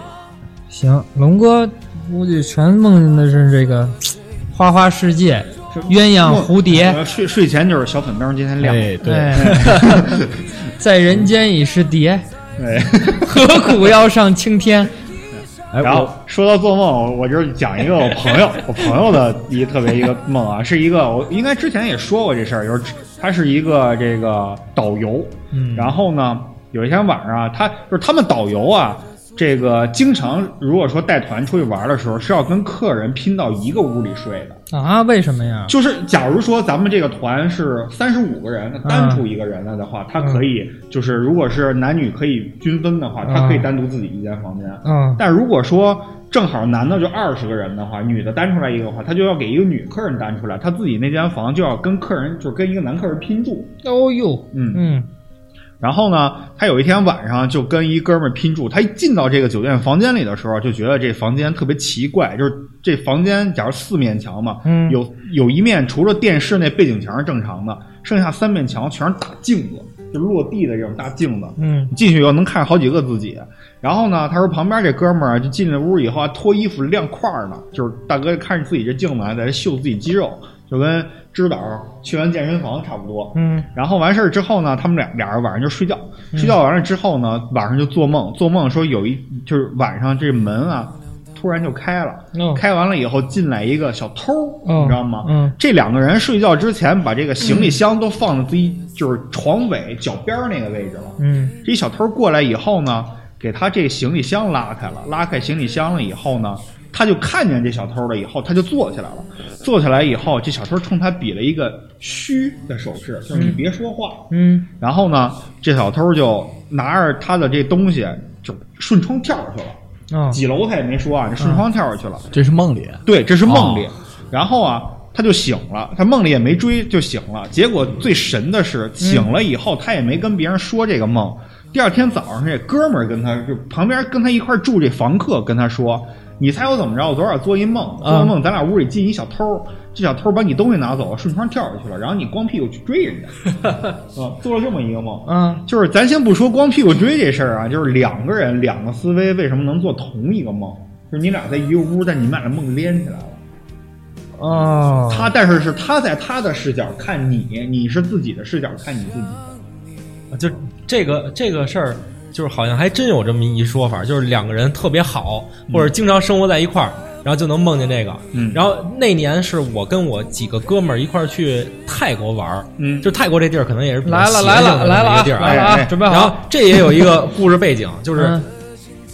行，龙哥估计全梦见的是这个花花世界、鸳鸯蝴蝶。
睡睡前就是小粉灯今天亮，
哎，对，
哎， [LAUGHS] 在人间已是蝶，
对。
何苦要上青天？
哎，
然后
我
说到做梦，我就是讲一个我朋友，我朋友的一个特别一个梦啊，是一个我应该之前也说过这事儿，就是他是一个这个导游，
嗯
然后呢，有一天晚上啊，他就是他们导游啊，这个经常如果说带团出去玩的时候，是要跟客人拼到一个屋里睡的。
啊，为什么呀？
就是假如说咱们这个团是三十五个人，那单出一个人来的话，他可以就是如果是男女可以均分的话，他可以
嗯
单独自己一间房间。
嗯
但如果说正好男的就二十个人的话，女的单出来一个的话，他就要给一个女客人单出来，他自己那间房就要跟客人就是跟一个男客人拼住。
哦呦，
嗯
嗯
然后呢，他有一天晚上就跟一哥们儿拼住。他一进到这个酒店房间里的时候，就觉得这房间特别奇怪，就是这房间假如四面墙嘛，
嗯
有有一面除了电视那背景墙是正常的，剩下三面墙全是大镜子，就落地的这种大镜子。
嗯，
进去以后能看好几个自己。然后呢，他说旁边这哥们儿就进了屋以后啊，脱衣服晾块儿呢，就是大哥看着自己这镜子啊，在这秀自己肌肉，就跟知导去完健身房差不多。
嗯，
然后完事儿之后呢，他们俩俩人晚上就睡觉，睡觉完了之后呢，晚上就做梦，做梦说有一就是晚上这门啊，突然就开了，
哦
开完了以后进来一个小偷，
哦
你知道吗？
嗯
这两个人睡觉之前把这个行李箱都放在自己就是床尾脚边儿那个位置了，
嗯
这小偷过来以后呢，给他这行李箱拉开了，拉开行李箱了以后呢，他就看见这小偷了以后，他就坐起来了。坐起来以后，这小偷冲他比了一个嘘的手势，就是你别说话。
嗯，
然后呢，这小偷就拿着他的这东西就顺窗跳下去了，
哦，
几楼他也没说啊，就顺窗跳下去了。
这是梦里，啊
对，这是梦里。然后啊，他就醒了，他梦里也没追，就醒了。结果最神的是，醒了以后他也没跟别人说这个梦。第二天早上，这哥们儿跟他就旁边跟他一块儿住这房客跟他说：“你猜我怎么着？我昨晚上做一梦，做一梦咱俩屋里进一小偷，这小偷把你东西拿走了，顺窗跳下去了，然后你光屁股去追人家，啊，做了这么一个梦。
嗯
就是咱先不说光屁股追这事儿啊，就是两个人两个思维为什么能做同一个梦？就是你俩在一个屋，但你们俩的梦连起来了。
嗯
哦，
他但是是他在他的视角看你，你是自己的视角看你自己。
就这个这个事儿，就是好像还真有这么一说法，就是两个人特别好，
嗯
或者经常生活在一块儿，然后就能梦见这个。
嗯
然后那年是我跟我几个哥们儿一块儿去泰国玩儿，
嗯
就泰国这地儿可能也是比较
来了
邪
来
性
了
的
来了
一个
啊
地儿
来了
哎哎
啊，准备
然后
好，
这也有一个故事背景，就是、
嗯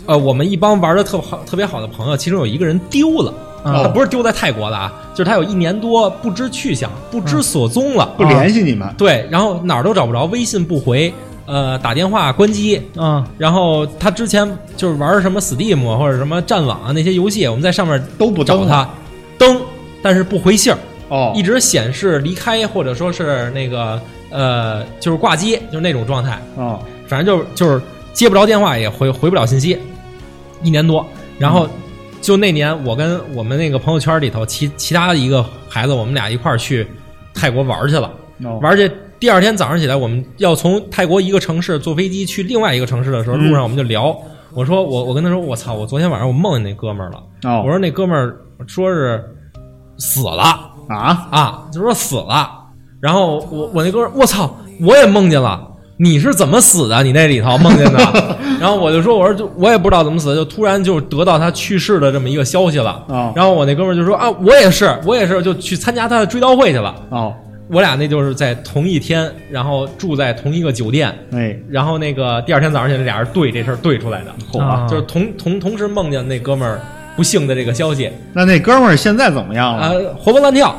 呃，我们一帮玩的特好、特别好的朋友，其中有一个人丢了，
哦
他不是丢在泰国的啊，就是他有一年多不知去向、不
嗯
知所踪了，啊
不联系你们，
对，然后哪儿都找不着，微信不回，呃，打电话关机。
嗯
然后他之前就是玩什么 Steam 或者什么战网啊那些游戏，我们在上面
都不
找
登
他，登，但是不回信儿，
哦
一直显示离开或者说是那个呃，就是挂机，就是那种状态。
哦，
反正就是就是接不着电话，也回回不了信息，一年多。然后就那年，我跟我们那个朋友圈里头其其他的一个孩子，我们俩一块儿去泰国玩去了。
哦
玩去第二天早上起来，我们要从泰国一个城市坐飞机去另外一个城市的时
嗯
候，路上我们就聊。我说我我跟他说我操，我昨天晚上我梦见那哥们儿了。
哦
我说那哥们儿说是死了。
啊，
啊，就说死了。然后我我那哥们儿，我操，我也梦见了。你是怎么死的？你那里头梦见
[LAUGHS]
的？然后我就说，我说就我也不知道怎么死的，就突然就得到他去世的这么一个消息了。
哦
然后我那哥们儿就说啊，我也是，我也是，就去参加他的追悼会去了。
哦，
我俩那就是在同一天，然后住在同一个酒店，
哎，
然后那个第二天早上起来，俩人对这事儿对出来的，
啊
就是同同同时梦见那哥们儿不幸的这个消息
那那哥们儿现在怎么样
啊、
了？
活蹦乱跳。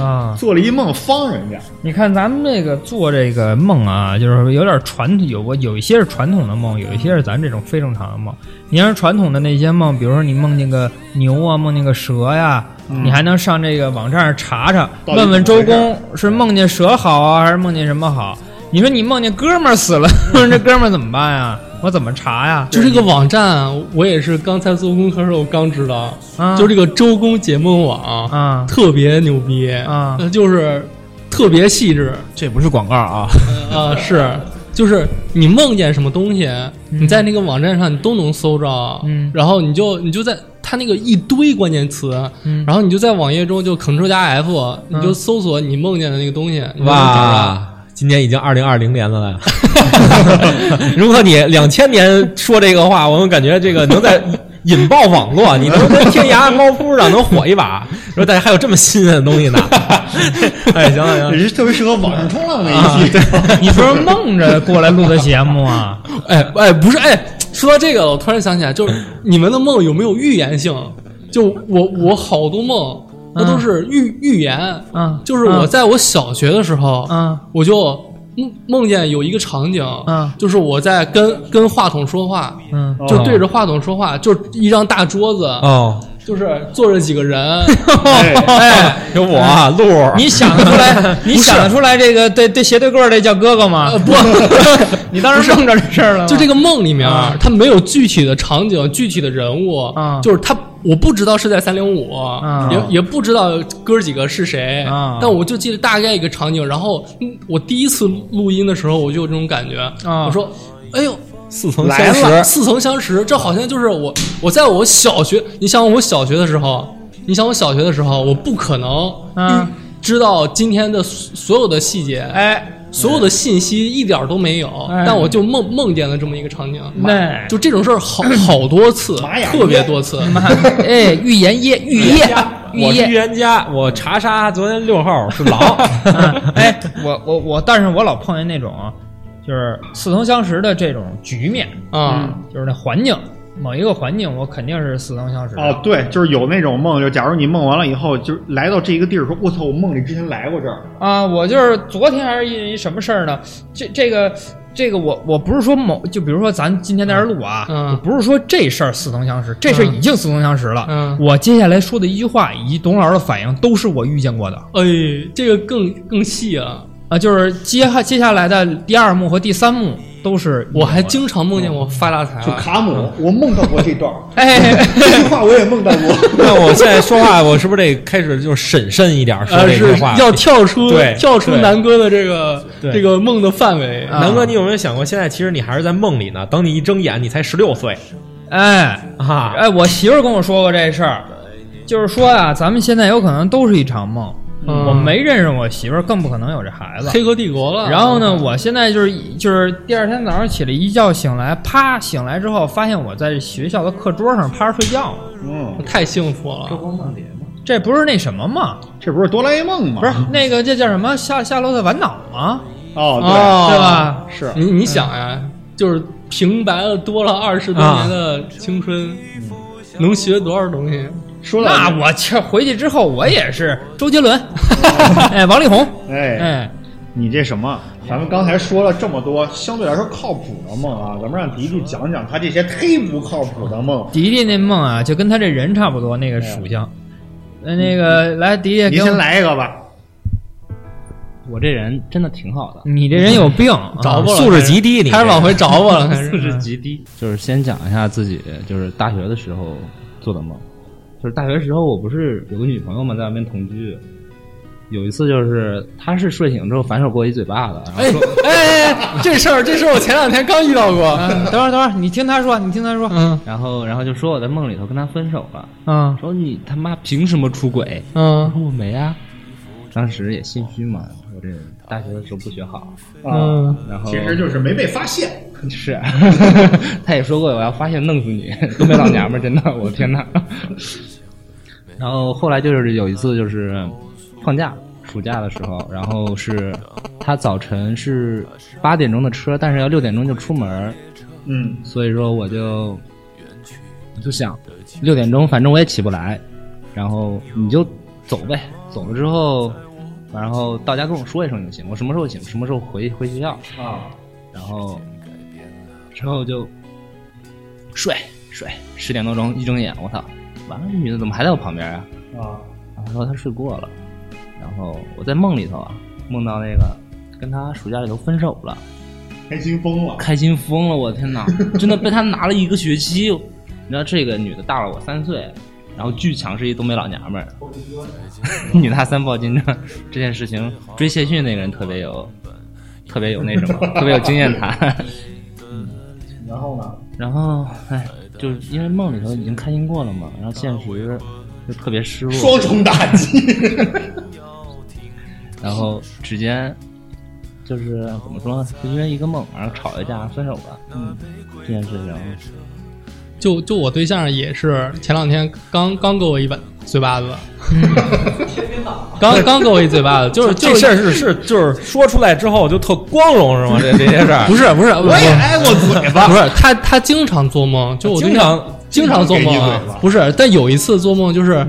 啊！
做了一梦方人家，
你看咱们这个做这个梦啊，就是有点传统，有过有一些是传统的梦，有一些是咱这种非正常的梦。你要是传统的那些梦，比如说你梦见个牛啊，梦见个蛇呀、你还能上这个网站上查查，
到
问
底
问
怎么
周
回事
公是梦见蛇好啊，还是梦见什么好？你说你梦见哥们儿死了，这哥们儿怎么办呀？我怎么查呀？
就这个网站，我也是刚才做功课的时候我刚知道，
啊，
就这个周公解梦网，
啊
特别牛逼
啊
呃就是特别细致
这不是广告啊，
[LAUGHS]
啊、是就是你梦见什么东西，你在那个网站上你都能搜着，
嗯
然后你就你就在它那个一堆关键词，
嗯
然后你就在网页中就 Ctrl 加 F，你就
嗯
搜索你梦见的那个东西，你就能找着。
哇，今年已经二零二零年了呀！如果你两千年说这个话，我们感觉这个能在引爆网络，你能跟天涯猫扑上能火一把。说大家还有这么新鲜的东西呢？哎，行了行了，
也是特别适合网上冲浪那
啊
一期。
你说是梦着过来录的节目啊？
哎哎，不是哎，说到这个了，我突然想起来，就是你们的梦有没有预言性？就我我好多梦，那都是预、预言。
嗯
就是我在我小学的时候，
嗯
我就梦梦见有一个场景，
嗯
就是我在跟跟话筒说话，
嗯，
就对着话筒说话，就一张大桌子，
哦，
就是坐着几
[LAUGHS]
个人，
哎，有我鹿儿，
你想得出来？你想得出来这个对对斜对棍儿这叫哥哥
呃
吗？不， [LAUGHS] 你当时梦着这事儿了吗？
就这个梦里面
啊，
它没有具体的场景、具体的人物，
啊
就是它，我不知道是在三零五，
啊
也也不知道哥几个是谁，
啊
但我就记得大概一个场景。然后嗯我第一次录音的时候，我就有这种感觉，
啊
我说，哎呦。
似曾
来
相
了
识，
似曾相识，这好像就是我，我在我小学，你想我小学的时候，你想我小学的时候，我不可能
嗯
知道今天的所所有的细节，
哎，
所有的信息一点儿都没有，
哎
但我就梦梦见了这么一个场景，
那
就这种事儿好好多次，
玛雅
特别多次。
哎，预言夜，预夜，预
我是预
夜。
言家，我查杀昨天六号是
[LAUGHS]
狼，
[LAUGHS] 哎，我我我，但是我老碰见那种，啊就是似曾相识的这种局面嗯
啊
就是那环境，某一个环境，我肯定是似曾相识的。
哦，对，就是有那种梦，就假如你梦完了以后，就是来到这一个地儿，说“我操，我梦里之前来过这儿
啊，我就是昨天还是一一什么事儿呢？这这个这个我我不是说某，就比如说咱今天在这儿录啊，
嗯
我不是说这事儿似曾相识，这事儿已经似曾相识了。
嗯
我接下来说的一句话以及董老师的反应都是我遇见过的
哎，这个更更细啊！
啊，就是接下接下来的第二幕和第三幕都是遇见过的
我还经常梦见我发大财、”，
就
啊，
卡
嗯
姆，我梦到过这段儿，
哎，
这句话我也梦到 [LAUGHS] 过。
那我现在说话，我是不是得开始就审慎一点儿说
呃，
这
是
个话？
要跳出
对
跳出
对
南哥的这个
对
这个梦的范围。
啊
南哥，你有没有想过，现在其实你还是在梦里呢？等你一睁眼，你才十六岁
哎
啊！
哎，我媳妇儿跟我说过这事儿，就是说啊，咱们现在有可能都是一场梦。
嗯
我没认识我媳妇儿，更不可能有这孩子。
黑客帝国了，
然后呢，我现在就是一就是第二天早上起来一觉醒来，啪醒来之后，发现我在学校的课桌上趴着睡觉呢。
嗯，
太幸福了。
这不是那什么吗？
这不是哆啦 A 梦吗？
不是
啊
那个这叫什么夏夏洛特烦恼吗？
哦，
对吧？
对，是
你你想呀，就是平白了多了二十多年的青春，能学多少东西？
说到
那我这回去之后，我也是周杰伦，哎，王力宏，
哎，
哎，
你这什么？咱们刚才说了这么多相对来说靠谱的梦啊，咱们让迪迪讲讲他这些忒不靠谱的梦。
迪迪那梦啊，就跟他这人差不多那个属相。呃，那个来，迪迪
您
给我
先来一个吧。
我这人真的挺好的。
你这人有病，
着吧
啊
了
素质极低，你
开始往回找我了，开
[LAUGHS]
素质
始。
嗯
极低。就是先讲一下自己，就是大学的时候做的梦。就是大学时候，我不是有个女朋友嘛，在外面同居。有一次就是，她是睡醒之后反手给我一嘴巴子，然后说
哎，哎这事儿，这事儿我前两天刚遇到过。
嗯等会儿等会儿，你听他说，你听他说，
嗯
然后然后就说我在梦里头跟她分手了，
嗯
说你他妈凭什么出轨？
嗯
然后我没啊，当时也心虚嘛，我这大学的时候不学好，
啊
嗯，
然后
其实就是没被发现。
是， [LAUGHS] 他也说过我要发现弄死你，东北老娘们儿，真的，我天哪！然后后来就是有一次就是放假，暑假的时候，然后是他早晨是八点钟的车，但是要六点钟就出门儿，
嗯，
所以说我就我就想六点钟反正我也起不来，然后你就走呗，走了之后，然后到家跟我说一声就行，我什么时候醒，什么时候回回学校
嗯
啊，然后之后就睡睡，十点多钟一睁眼，我操，完了这女的怎么还在我旁边啊？啊，然后说她睡过了，然后我在梦里头啊，梦到那个跟她暑假里头分手了。
开心疯了。
开心疯了，我的 [LAUGHS] 天哪！真的被他拿了一个学期。你知道这个女的大了我三岁，然后巨强势一东北老娘们儿，女大三抱金杖这件事情，追谢逊那个人特别有，特别有那什么， [LAUGHS] 特别有经验谈。嗯然后呢？然后哎，就是因为梦里头已经开心过了嘛，然后现实就特别失落，双重打击。 [LAUGHS] 然后直接就是怎么说呢，就因为一个梦，然后吵一架分手了。嗯，这件事情
就就我对象也是前两天刚刚给我一把嘴巴子， [LAUGHS] 刚刚给我一嘴巴子，就是就
这
是
事儿是是就是说出来之后就特光荣是吗？这这些
[LAUGHS]
事儿
不是不是，我也
挨过嘴巴，
不是他他经常做梦，就我对
经
象
啊
常
经常做梦啊，不是，但有一次做梦就是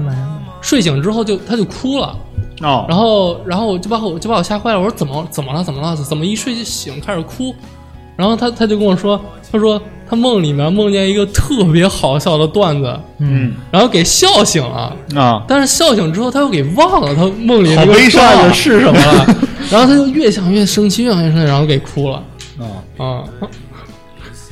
睡醒之后就他就哭了。
[LAUGHS] 哦，
然后然后我就把我就把我吓坏了，我说怎么怎么了怎么了怎么一睡醒开始哭，然后他他就跟我说，他说他梦里面梦见一个特别好笑的段子，
嗯
然后给笑醒了，
啊，
但是笑醒之后他又给忘了他梦里
好
那个
悲伤
段
啊
子！是什么了，
[LAUGHS]
然后他就越想越生气，越想越生气，然后给哭了。
哦
啊、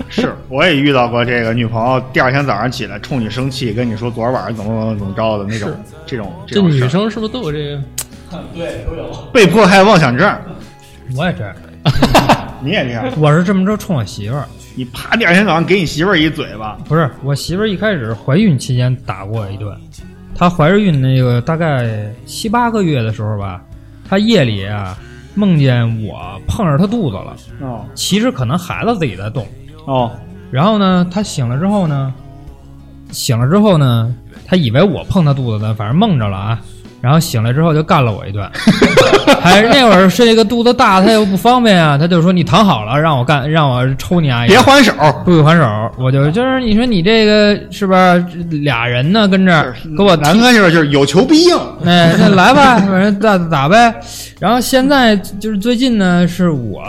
是，我也遇到过这个女朋友，第二天早上起来冲你生气，跟你说昨儿晚上怎么怎么怎么着的那种，这种
这
种
女
事儿
生是不是都有这个？
被迫害妄想症，
我也这样，
[LAUGHS] 你也这样，
我是这么着冲我媳妇儿，
你啪，第二天早上给你媳妇儿一嘴巴，
不是我媳妇儿一开始怀孕期间打过一顿，她怀着孕那个大概七八个月的时候吧，她夜里啊梦见我碰着她肚子了，
哦
其实可能孩子自己在动，
哦，
然后呢，她醒了之后呢，醒了之后呢，她以为我碰她肚子了，反正梦着了啊。然后醒来之后就干了我一顿， [LAUGHS] 还那会儿是这个肚子大，她又不方便啊，她就说你躺好了，让我干，让我抽
哎
你啊一顿。
别还手，
不许还手，我就就是你说你这个是吧？俩人呢跟这儿给我
南哥就是就是有求必应，
哎，那来吧，反正打打呗。然后现在就是最近呢，是我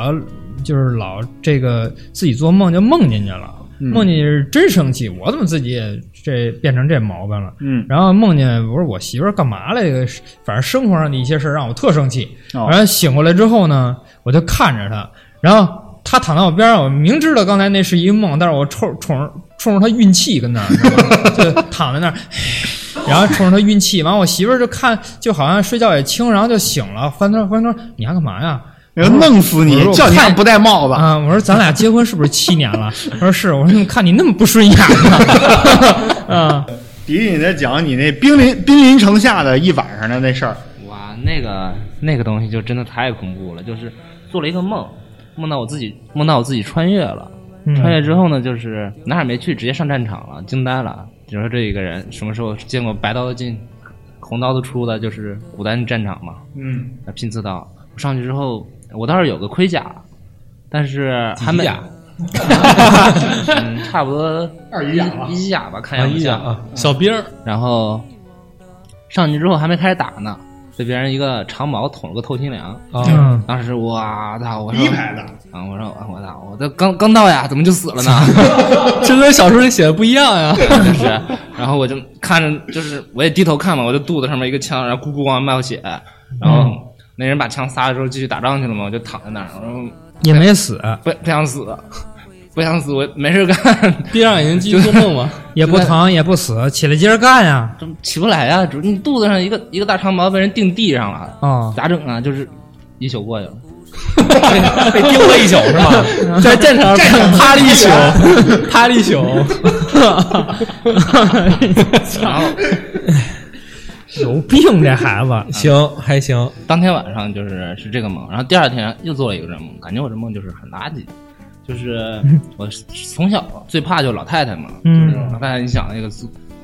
就是老这个自己做梦就梦进去了，梦见是真生气，我怎么自己也这变成这毛病了？
嗯
然后梦见我说我媳妇儿干嘛来着？反正生活上的一些事儿让我特生气。
哦
然后醒过来之后呢，我就看着她，然后她躺在我边上，我明知道刚才那是一个梦，但是我冲冲着冲着她运气跟那儿你知道吗， [LAUGHS] 就躺在那儿。然后冲着他运气，完我媳妇儿就看，就好像睡觉也轻，然后就醒了，翻头翻头，你还干嘛呀？
人弄死
我
你
说，我
叫你
看
还不戴帽子，
啊，我说咱俩结婚是不是七年了？我说是，我说怎么看你那么不顺眼呢？ [LAUGHS] 啊，
迪迪你在讲你那兵临兵临城下的一晚上的那事儿，
哇，那个那个东西就真的太恐怖了，就是做了一个梦，梦到我自己梦到我自己穿越了，
嗯
哎
穿越之后呢，就是哪儿也没去，直接上战场了，惊呆了。你说这一个人什么时候见过白刀子进，红刀子出的，就是古代战场嘛，
嗯，
那拼刺刀。我上去之后，我倒是有个盔甲，但是还没
几甲，
[LAUGHS] 嗯，差不多
二姨养了
一甲吧，看样子像
啊，
小兵儿，
然后上去之后还没开始打呢，被别人一个长矛捅了个透心凉。
嗯，
当时我操！我
第一
说
排的，
啊，我说啊我操！我这刚刚到呀，怎么就死了呢？ [LAUGHS]
这跟小说里写的不一样呀。
是，然后我就
嗯
看着，就是我也低头看嘛，我就肚子上面一个枪，然后咕咕往外冒血，然后那人把枪撒了之后继续打仗去了嘛，我就躺在那儿，我说
也没死，啊
不不想死，不想死，我没事干， [LAUGHS]
闭上眼睛继续做梦嘛。 [LAUGHS]
也不疼也不死，起来接着干呀！
怎么起不来呀、主你肚子上一个一个大长毛被人钉地上了，
啊，
咋整啊？就是一宿过去了。
被盯了一宿是
[LAUGHS]
吧？
在战场战场趴了一宿，
趴了一
[LAUGHS]
宿，
然后
有病这孩子。
行，还行。
当天晚上就是是这个梦，然后第二天又做了一个这梦，感觉我这梦就是很垃圾，就是我从小最怕就老太太嘛，
嗯
就是老太太你想那个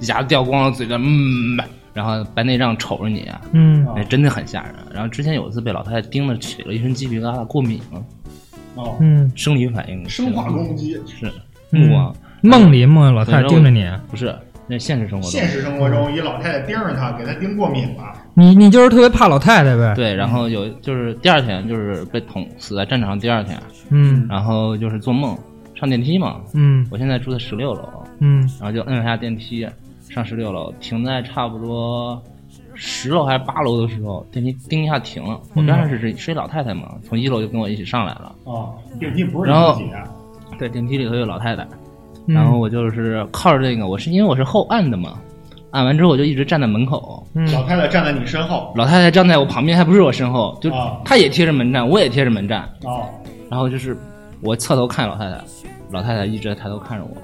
牙掉光了，嘴在嗯，然后白内障瞅着你，啊
嗯，
那真的很吓人。然后之前有一次被老太太盯着起了一身鸡皮疙瘩，过敏了，
哦，
嗯，
生理反应，
生化攻击，
是
嗯
目光、
梦里梦老太太盯着你，
不是那现实生活中
现实生活中，一老太太盯着他，给他盯过敏了。
你你就是特别怕老太太呗。，
对，然后有就是第二天就是被捅死在战场上，第二天，
嗯
然后就是做梦上电梯嘛，
嗯
我现在住在十六楼，
嗯
然后就摁了下电梯，上十六楼，停在差不多十楼还是八楼的时候，电梯叮一下停了。我边上是是是一老太太嘛，从一楼就跟我一起上来了。
哦，电梯不是
然后
你自己啊，
对，电梯里头有老太太，
嗯
然后我就是靠着这个，我是因为我是后按的嘛，按完之后我就一直站在门口，
老太太站在你身后。
老太太站在我旁边，还不是我身后，就
啊
她也贴着门站，我也贴着门站，
哦，
然后就是我侧头看老太太，老太太一直在抬头看着我。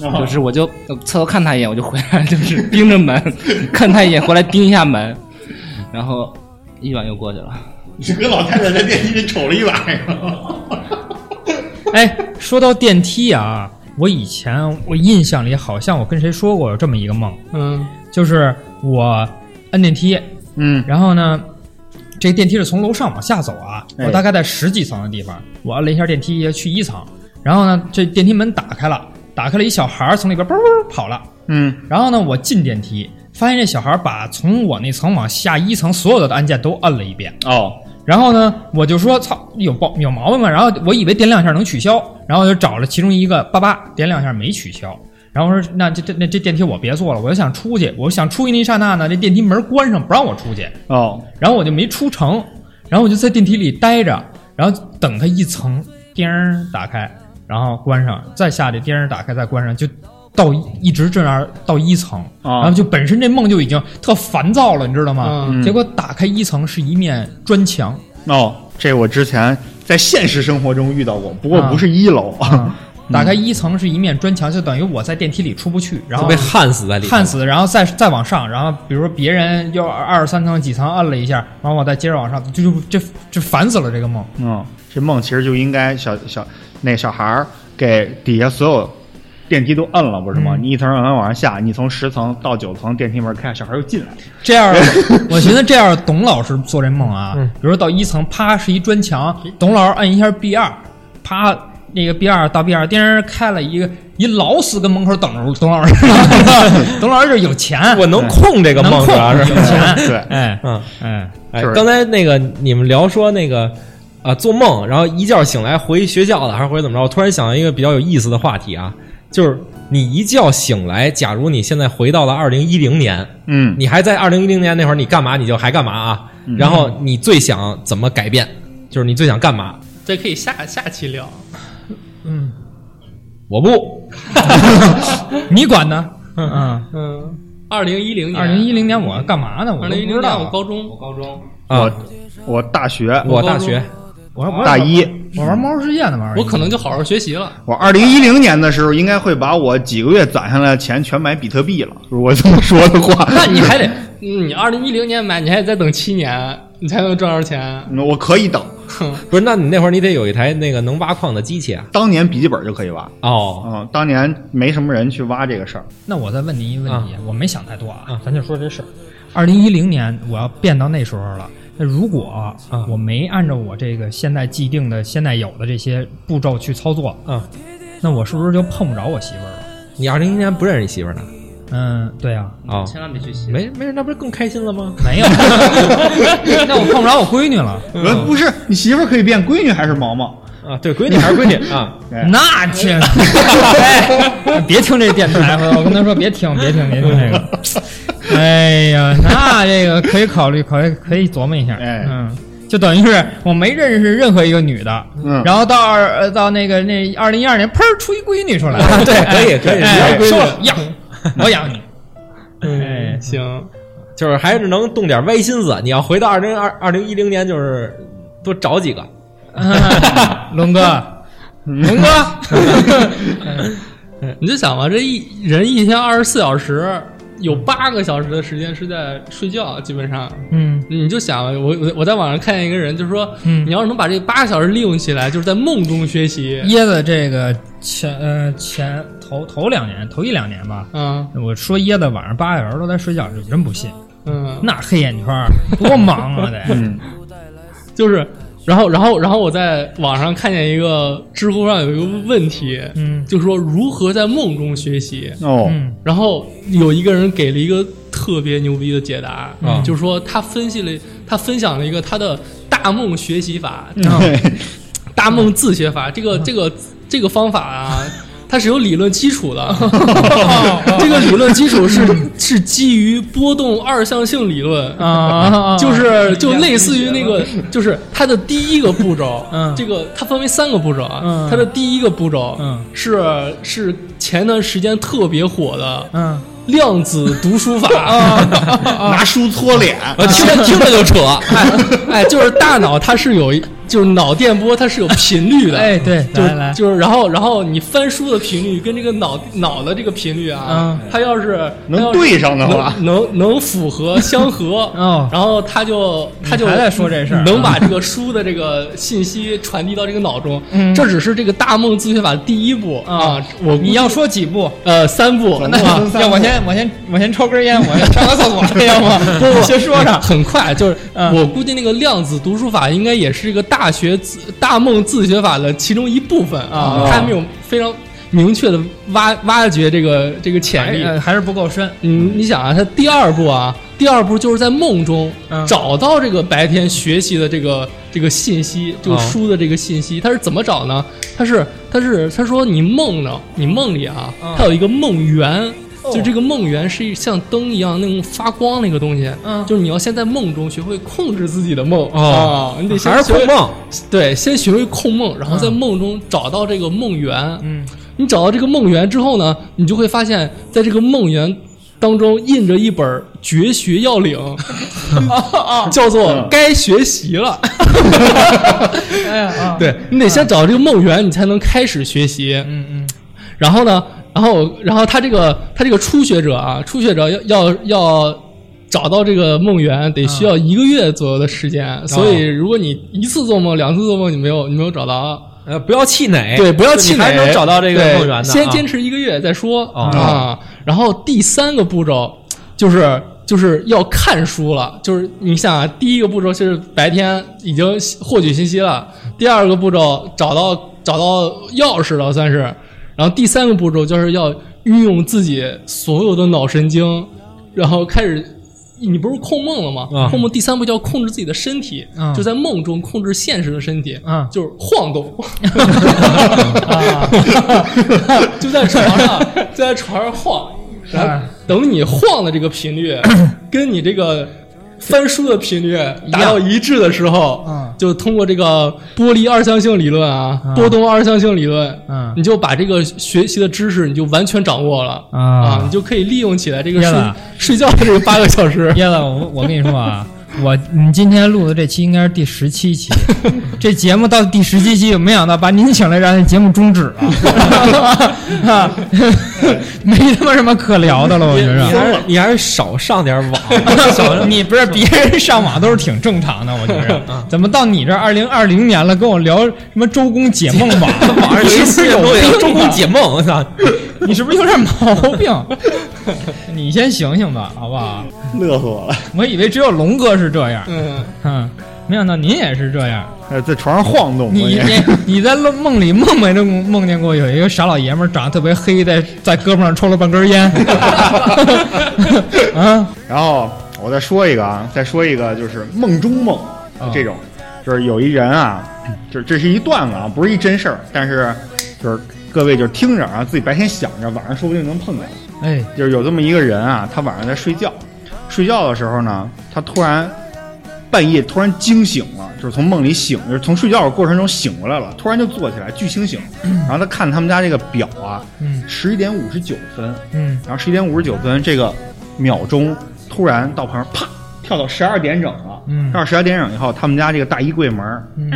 然
啊
后
就是我就侧头看他一眼，我就回来， [LAUGHS] 就是盯着门看他一眼，回来盯一下门，然后一晚又过去了。
你是跟老太太在电梯里瞅了一晚上。
哎，说到电梯啊，我以前我印象里好像我跟谁说过有这么一个梦，
嗯，
就是我摁电梯，
嗯，
然后呢，这电梯是从楼上往下走啊，我大概在十几层的地方，我按了一下电梯去一层，然后呢，这电梯门打开了，打开了一小孩儿从里边啵啵啵跑了，
嗯，
然后呢，我进电梯，发现这小孩儿把从我那层往下一层所有的按键都摁了一遍。
哦，
然后呢，我就说操，有毛有毛病吗？然后我以为点两下能取消，然后我就找了其中一个叭叭点两下没取消。然后我说那这这那这电梯我别坐了，我就想出去，我想出去那一刹那呢，这电梯门关上不让我出去，
哦，
然后我就没出城，然后我就在电梯里待着，然后等它一层叮儿打开，然后关上，再下去叮儿打开再关上，就到一一直这样到一层，
啊
然后就本身这梦就已经特烦躁了，你知道吗？
嗯
结果打开一层是一面砖墙，
哦，这我之前在现实生活中遇到过，不过
啊
不是一楼
啊，打开一层是一面砖墙，就等于我在电梯里出不去，然
就
啊
后
被焊死在里头。
焊死，然后再再往上，然后比如说别人要二十三层几层摁了一下，然后我再接着往上，就就这这烦死了这个梦。
[LAUGHS] 嗯，这梦其实就应该小小那小孩儿给底下所有电梯都摁了，不是吗？
嗯
你一层摁完往上下，你从十层到九层电梯门开，小孩儿又进来了。
这样，我寻思这样，董老师做这梦啊，
嗯
比如说到一层，啪是一砖墙，董老师摁一下 B 二，啪那个 B 二到 B 二，叮儿开了一个，一老死跟门口等着董老师， [LAUGHS] 董老师就是有钱，
我能控这个
能
梦，主
控
要是
有钱，
[LAUGHS] 对
哎
嗯，
哎，
哎
就是，
刚才那个你们聊说那个啊、做梦，然后一觉醒来回学校了，还是回怎么着？我突然想到一个比较有意思的话题啊，就是你一觉醒来，假如你现在回到了二零一零年，
嗯，
你还在二零一零年那会儿，你干嘛你就还干嘛啊？然后你最想怎么改变？就是你最想干嘛？
这可以下下期聊。
嗯，
我不，
你管呢？嗯，
嗯，二零一零年，
二零一零年我干嘛呢？我
二
都
零一
不
零年
知道
我
啊。
高中，我高中，
啊，
我大学，
我大学
我我
大一，
我玩猫世界呢嘛，
我可能就好好学习了。
我二零一零年的时候应该会把我几个月攒下来的钱全买比特币了。如果这么说的话，
[LAUGHS] 那你还得，嗯你二零一零年买，你还得再等七年，你才能赚着钱。
嗯我可以等，
不是？那你那会儿你得有一台那个能挖矿的机器啊？
当年笔记本就可以挖。
哦，
嗯，当年没什么人去挖这个事儿。
那我再问您一个问题，我没想太多啊，咱就说这事儿。二零一零年我要变到那时候了，那如果
啊
我没按照我这个现在既定的、现在有的这些步骤去操作，
啊，
那我是不是就碰不着我媳妇儿了？
你二零一零年不认识你媳妇儿呢？
嗯，对啊，
哦，
千万别去洗。
没没事，那不是更开心了吗？
没
[LAUGHS]
有，那我碰不着我闺女了，
呃，不是，你媳妇儿可以变闺女还是毛毛？
啊，对，闺女还是闺女
[LAUGHS]
啊，
哎
那天，哎， [LAUGHS] 别听这电台，我跟他说别听，别听，别听这个。哎呀，那这个可以考虑，可以可以琢磨一下。
哎
嗯，就等于是我没认识任何一个女的，
嗯
然后到二呃到那个那二零一二年，砰出一闺女出来，
啊对可以
[LAUGHS]
可以
哎
有闺女
收了养，我养你， [LAUGHS]
嗯
哎，
行，
就是还是能动点歪心思。你要回到二零二二零一零年，就是多找几个。
龙哥，龙哥，
你就想吧，这一人一天二十四小时，有八个小时的时间是在睡觉，基本上。
[LAUGHS] 嗯，
你就想吧，我我我在网上看见一个人，就是说，
嗯
你要是能把这八个小时利用起来，就是在梦中学习。
椰子这个前呃前头头两年头一两年吧，
嗯
我说椰子晚上八个小时都在睡觉，有人不信，
嗯，
那黑眼圈儿多忙啊 [LAUGHS] 得，
嗯
就是，然后然后然后我在网上看见一个知乎上有一个问题，
嗯
就说如何在梦中学习。
哦， [LAUGHS]
嗯
然后有一个人给了一个特别牛逼的解答，
嗯
就是说他分析了，他分享了一个他的大梦学习法，
对，
大梦自学法。这个这个这个方法啊，它是有理论基础的。这个理论基础是是基于波动二象性理论
啊啊，啊
就是就类似于那个，就是它的第一个步骤，
嗯
这个它分为三个步骤啊
嗯，
它的第一个步骤，
嗯
是是前段时间特别火的
嗯，
量子读书法，
哦
拿书搓脸，
[LAUGHS] 哦
[LAUGHS] 我听着听着就扯，哎哎，就是大脑它是有一，就是脑电波它是有频率的，
[LAUGHS] 哎对，
就
来
是
来，
就是，然后然后你翻书的频率跟这个脑脑的这个频率啊
嗯，，
它要是
能
它要是
对上的话
能能能符合相合
[LAUGHS] 哦
然后它就它就
还在说这事儿啊
能把这个书的这个信息传递到这个脑中，这只是这个大梦自学法的第一步啊，我
嗯哦你要说几步？
呃三步，
那
啊
要
[LAUGHS]
我先我先我先抽根烟，我先上个厕所，这样吗？不 [LAUGHS] 不，先说上。
很快，就是
嗯
我估计那个量子读书法应该也是一个大学自大梦自学法的其中一部分啊，
哦
它还没有非常明确的挖挖掘这个这个潜力。
哎呃还是不够深，
嗯，你想啊，它第二步啊，第二步就是在梦中
嗯
找到这个白天学习的这个这个信
嗯
息，这个
哦
书的这个信息，它是怎么找呢？它是它是他说你梦呢，你梦里啊
嗯，
它有一个梦圆。
哦
就这个梦圆是一像灯一样那种发光那个东西，
嗯
就是你要先在梦中学会控制自己的梦
哦
啊，你得先
还是
学会
控，梦，
对，先学会控梦，然后在
嗯
梦中找到这个梦圆，
嗯，
你找到这个梦园之后呢，你就会发现，在这个梦园当中印着一本《绝学要
[LAUGHS]
领》，
哦
叫做《该学习了》。
[LAUGHS] 哎呀，啊，
对你得先找到这个梦园，你才能开始学习。
嗯嗯，
然后呢，然后然后他这个他这个初学者啊，初学者要要要找到这个梦园，得
啊
需要一个月左右的时间。所
哦
以如果你一次做梦、两次做梦，你没有你没有找到啊。
呃，不要气馁，
对，不要
就
气馁，
你还能找到这个
对
梦圆的啊。
先坚持一个月再说
哦
啊。然后第三个步骤就是就是要看书了，就是你想啊，第一个步骤是白天已经获取信息了，第二个步骤找到找到钥匙了算是，然后第三个步骤就是要运用自己所有的脑神经，然后开始。你不是控梦了吗？
啊
控梦第三步叫控制自己的身体，
嗯
就在梦中控制现实的身体，
嗯
就是晃动， [LAUGHS] 就在床上，就在床上晃，然后等你晃的这个频率跟你这个翻书的频率达到一致的时候
嗯，
就通过这个波粒二象性理论啊，波动二象性理论，
嗯
你就把这个学习的知识你就完全掌握了
啊
啊，你就可以利用起来这个
耶了。
睡睡觉的这个八个小时
椰子，我我跟你说啊，我你今天录的这期应该是第十七 [LAUGHS] 期，这节目到第十七期，没想到把您请来，让这节目终止了， [LAUGHS] 啊没他妈什么可聊的了，我觉
你
着。
还是你还是少上点
[LAUGHS]
网， [LAUGHS]
你不是别人上网都是挺正常的，我觉着。
嗯
怎么到你这二零二零年了，跟我聊什么周公解梦
[LAUGHS]
网？
网上
你
谁
是不是
信都
有病
有
啊
周公解梦，我
[LAUGHS]
操！
你是不是有点毛病？你先醒醒吧，好不好？
乐死我了。
我以为只有龙哥是这样，
嗯，
嗯，没想到您也是这样。
哎在床上晃动，我
你
也
你你在梦梦里梦没梦梦见过有一个傻老爷们儿长得特别黑，在在胳膊上抽了半根
[LAUGHS]
烟？啊，
[LAUGHS] 然后我再说一个啊，再说一个就是梦中梦
哦
这种，就是有一人啊，就是这是一段子啊，不是一真事儿，但是就是各位就听着啊，自己白天想着，晚上说不定能碰见。
哎，
就是有这么一个人啊，他晚上在睡觉，睡觉的时候呢，他突然半夜突然惊醒了，就是从梦里醒，就是从睡觉的过程中醒过来了，突然就坐起来，巨清醒。然后他看他们家这个表啊，十一点五十九分，
嗯，
然后十一点五十九分这个秒钟，突然到旁边啪跳到十二点整了。
嗯
到十二点整以后，他们家这个大衣柜门儿嗯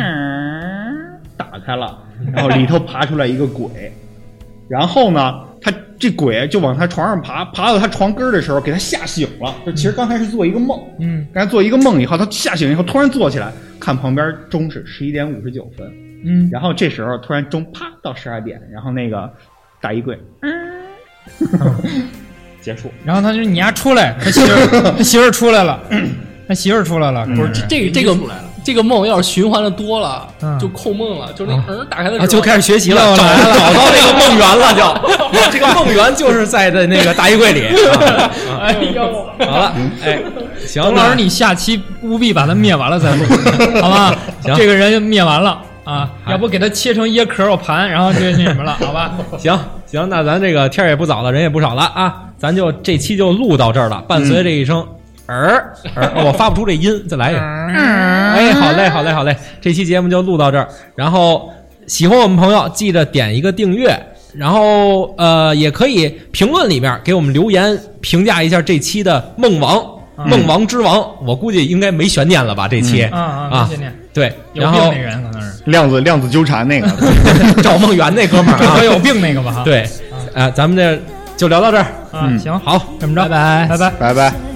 打开了，然后里头爬出来一个 [LAUGHS] 鬼，然后呢，他这鬼就往他床上爬，爬到他床根儿的时候，给他吓醒了。就其实刚才是做一个梦，
嗯
刚才做一个梦以后，他吓醒以后突然坐起来，看旁边钟是十一点五十九分，
嗯，
然后这时候突然钟啪到十二点，然后那个大衣柜，嗯，结束。
然后他就你丫出来，他媳
[LAUGHS]
妇儿他媳妇儿出来了，他媳妇儿出来
嗯
了，不是这
这个这个这个梦要是循环的多了
嗯，
就扣梦了，就是那嗯打开的时候
啊，就开始学习了，
又
找
来了
找到那个梦圆了，就这个梦圆就是在的那个大衣柜里。
[LAUGHS]
啊
哎呦，
好了，哎，行，
董老师，你下期务必把他灭完了再
[LAUGHS]
录，好吧？
行
这个人就灭完了啊，要不给他切成椰壳肉盘，然后就那什么了，好
[LAUGHS]
吧？
行行，那咱这个天儿也不早了，人也不少了啊，咱就这期就录到这儿了。伴
嗯
随这一声儿儿，哦我发不出这音，再
啊
来一个。
嗯
哎，好嘞，好嘞，好嘞，这期节目就录到这儿。然后喜欢我们朋友，记得点一个订阅，然后呃，也可以评论里面给我们留言评价一下这期的梦王。
嗯
梦王之王，我估计应该没悬念了吧？这期
啊啊，
啊
谢谢。
对，
有
然
病
后
那人可能是，
量子量子纠缠那个，
赵梦圆那哥们儿
这可
啊，
[LAUGHS]
呃
有病那个吧？
对，啊，咱们这就聊到这儿，
啊，行，
好，
这么着，拜拜，拜拜。
拜拜。
我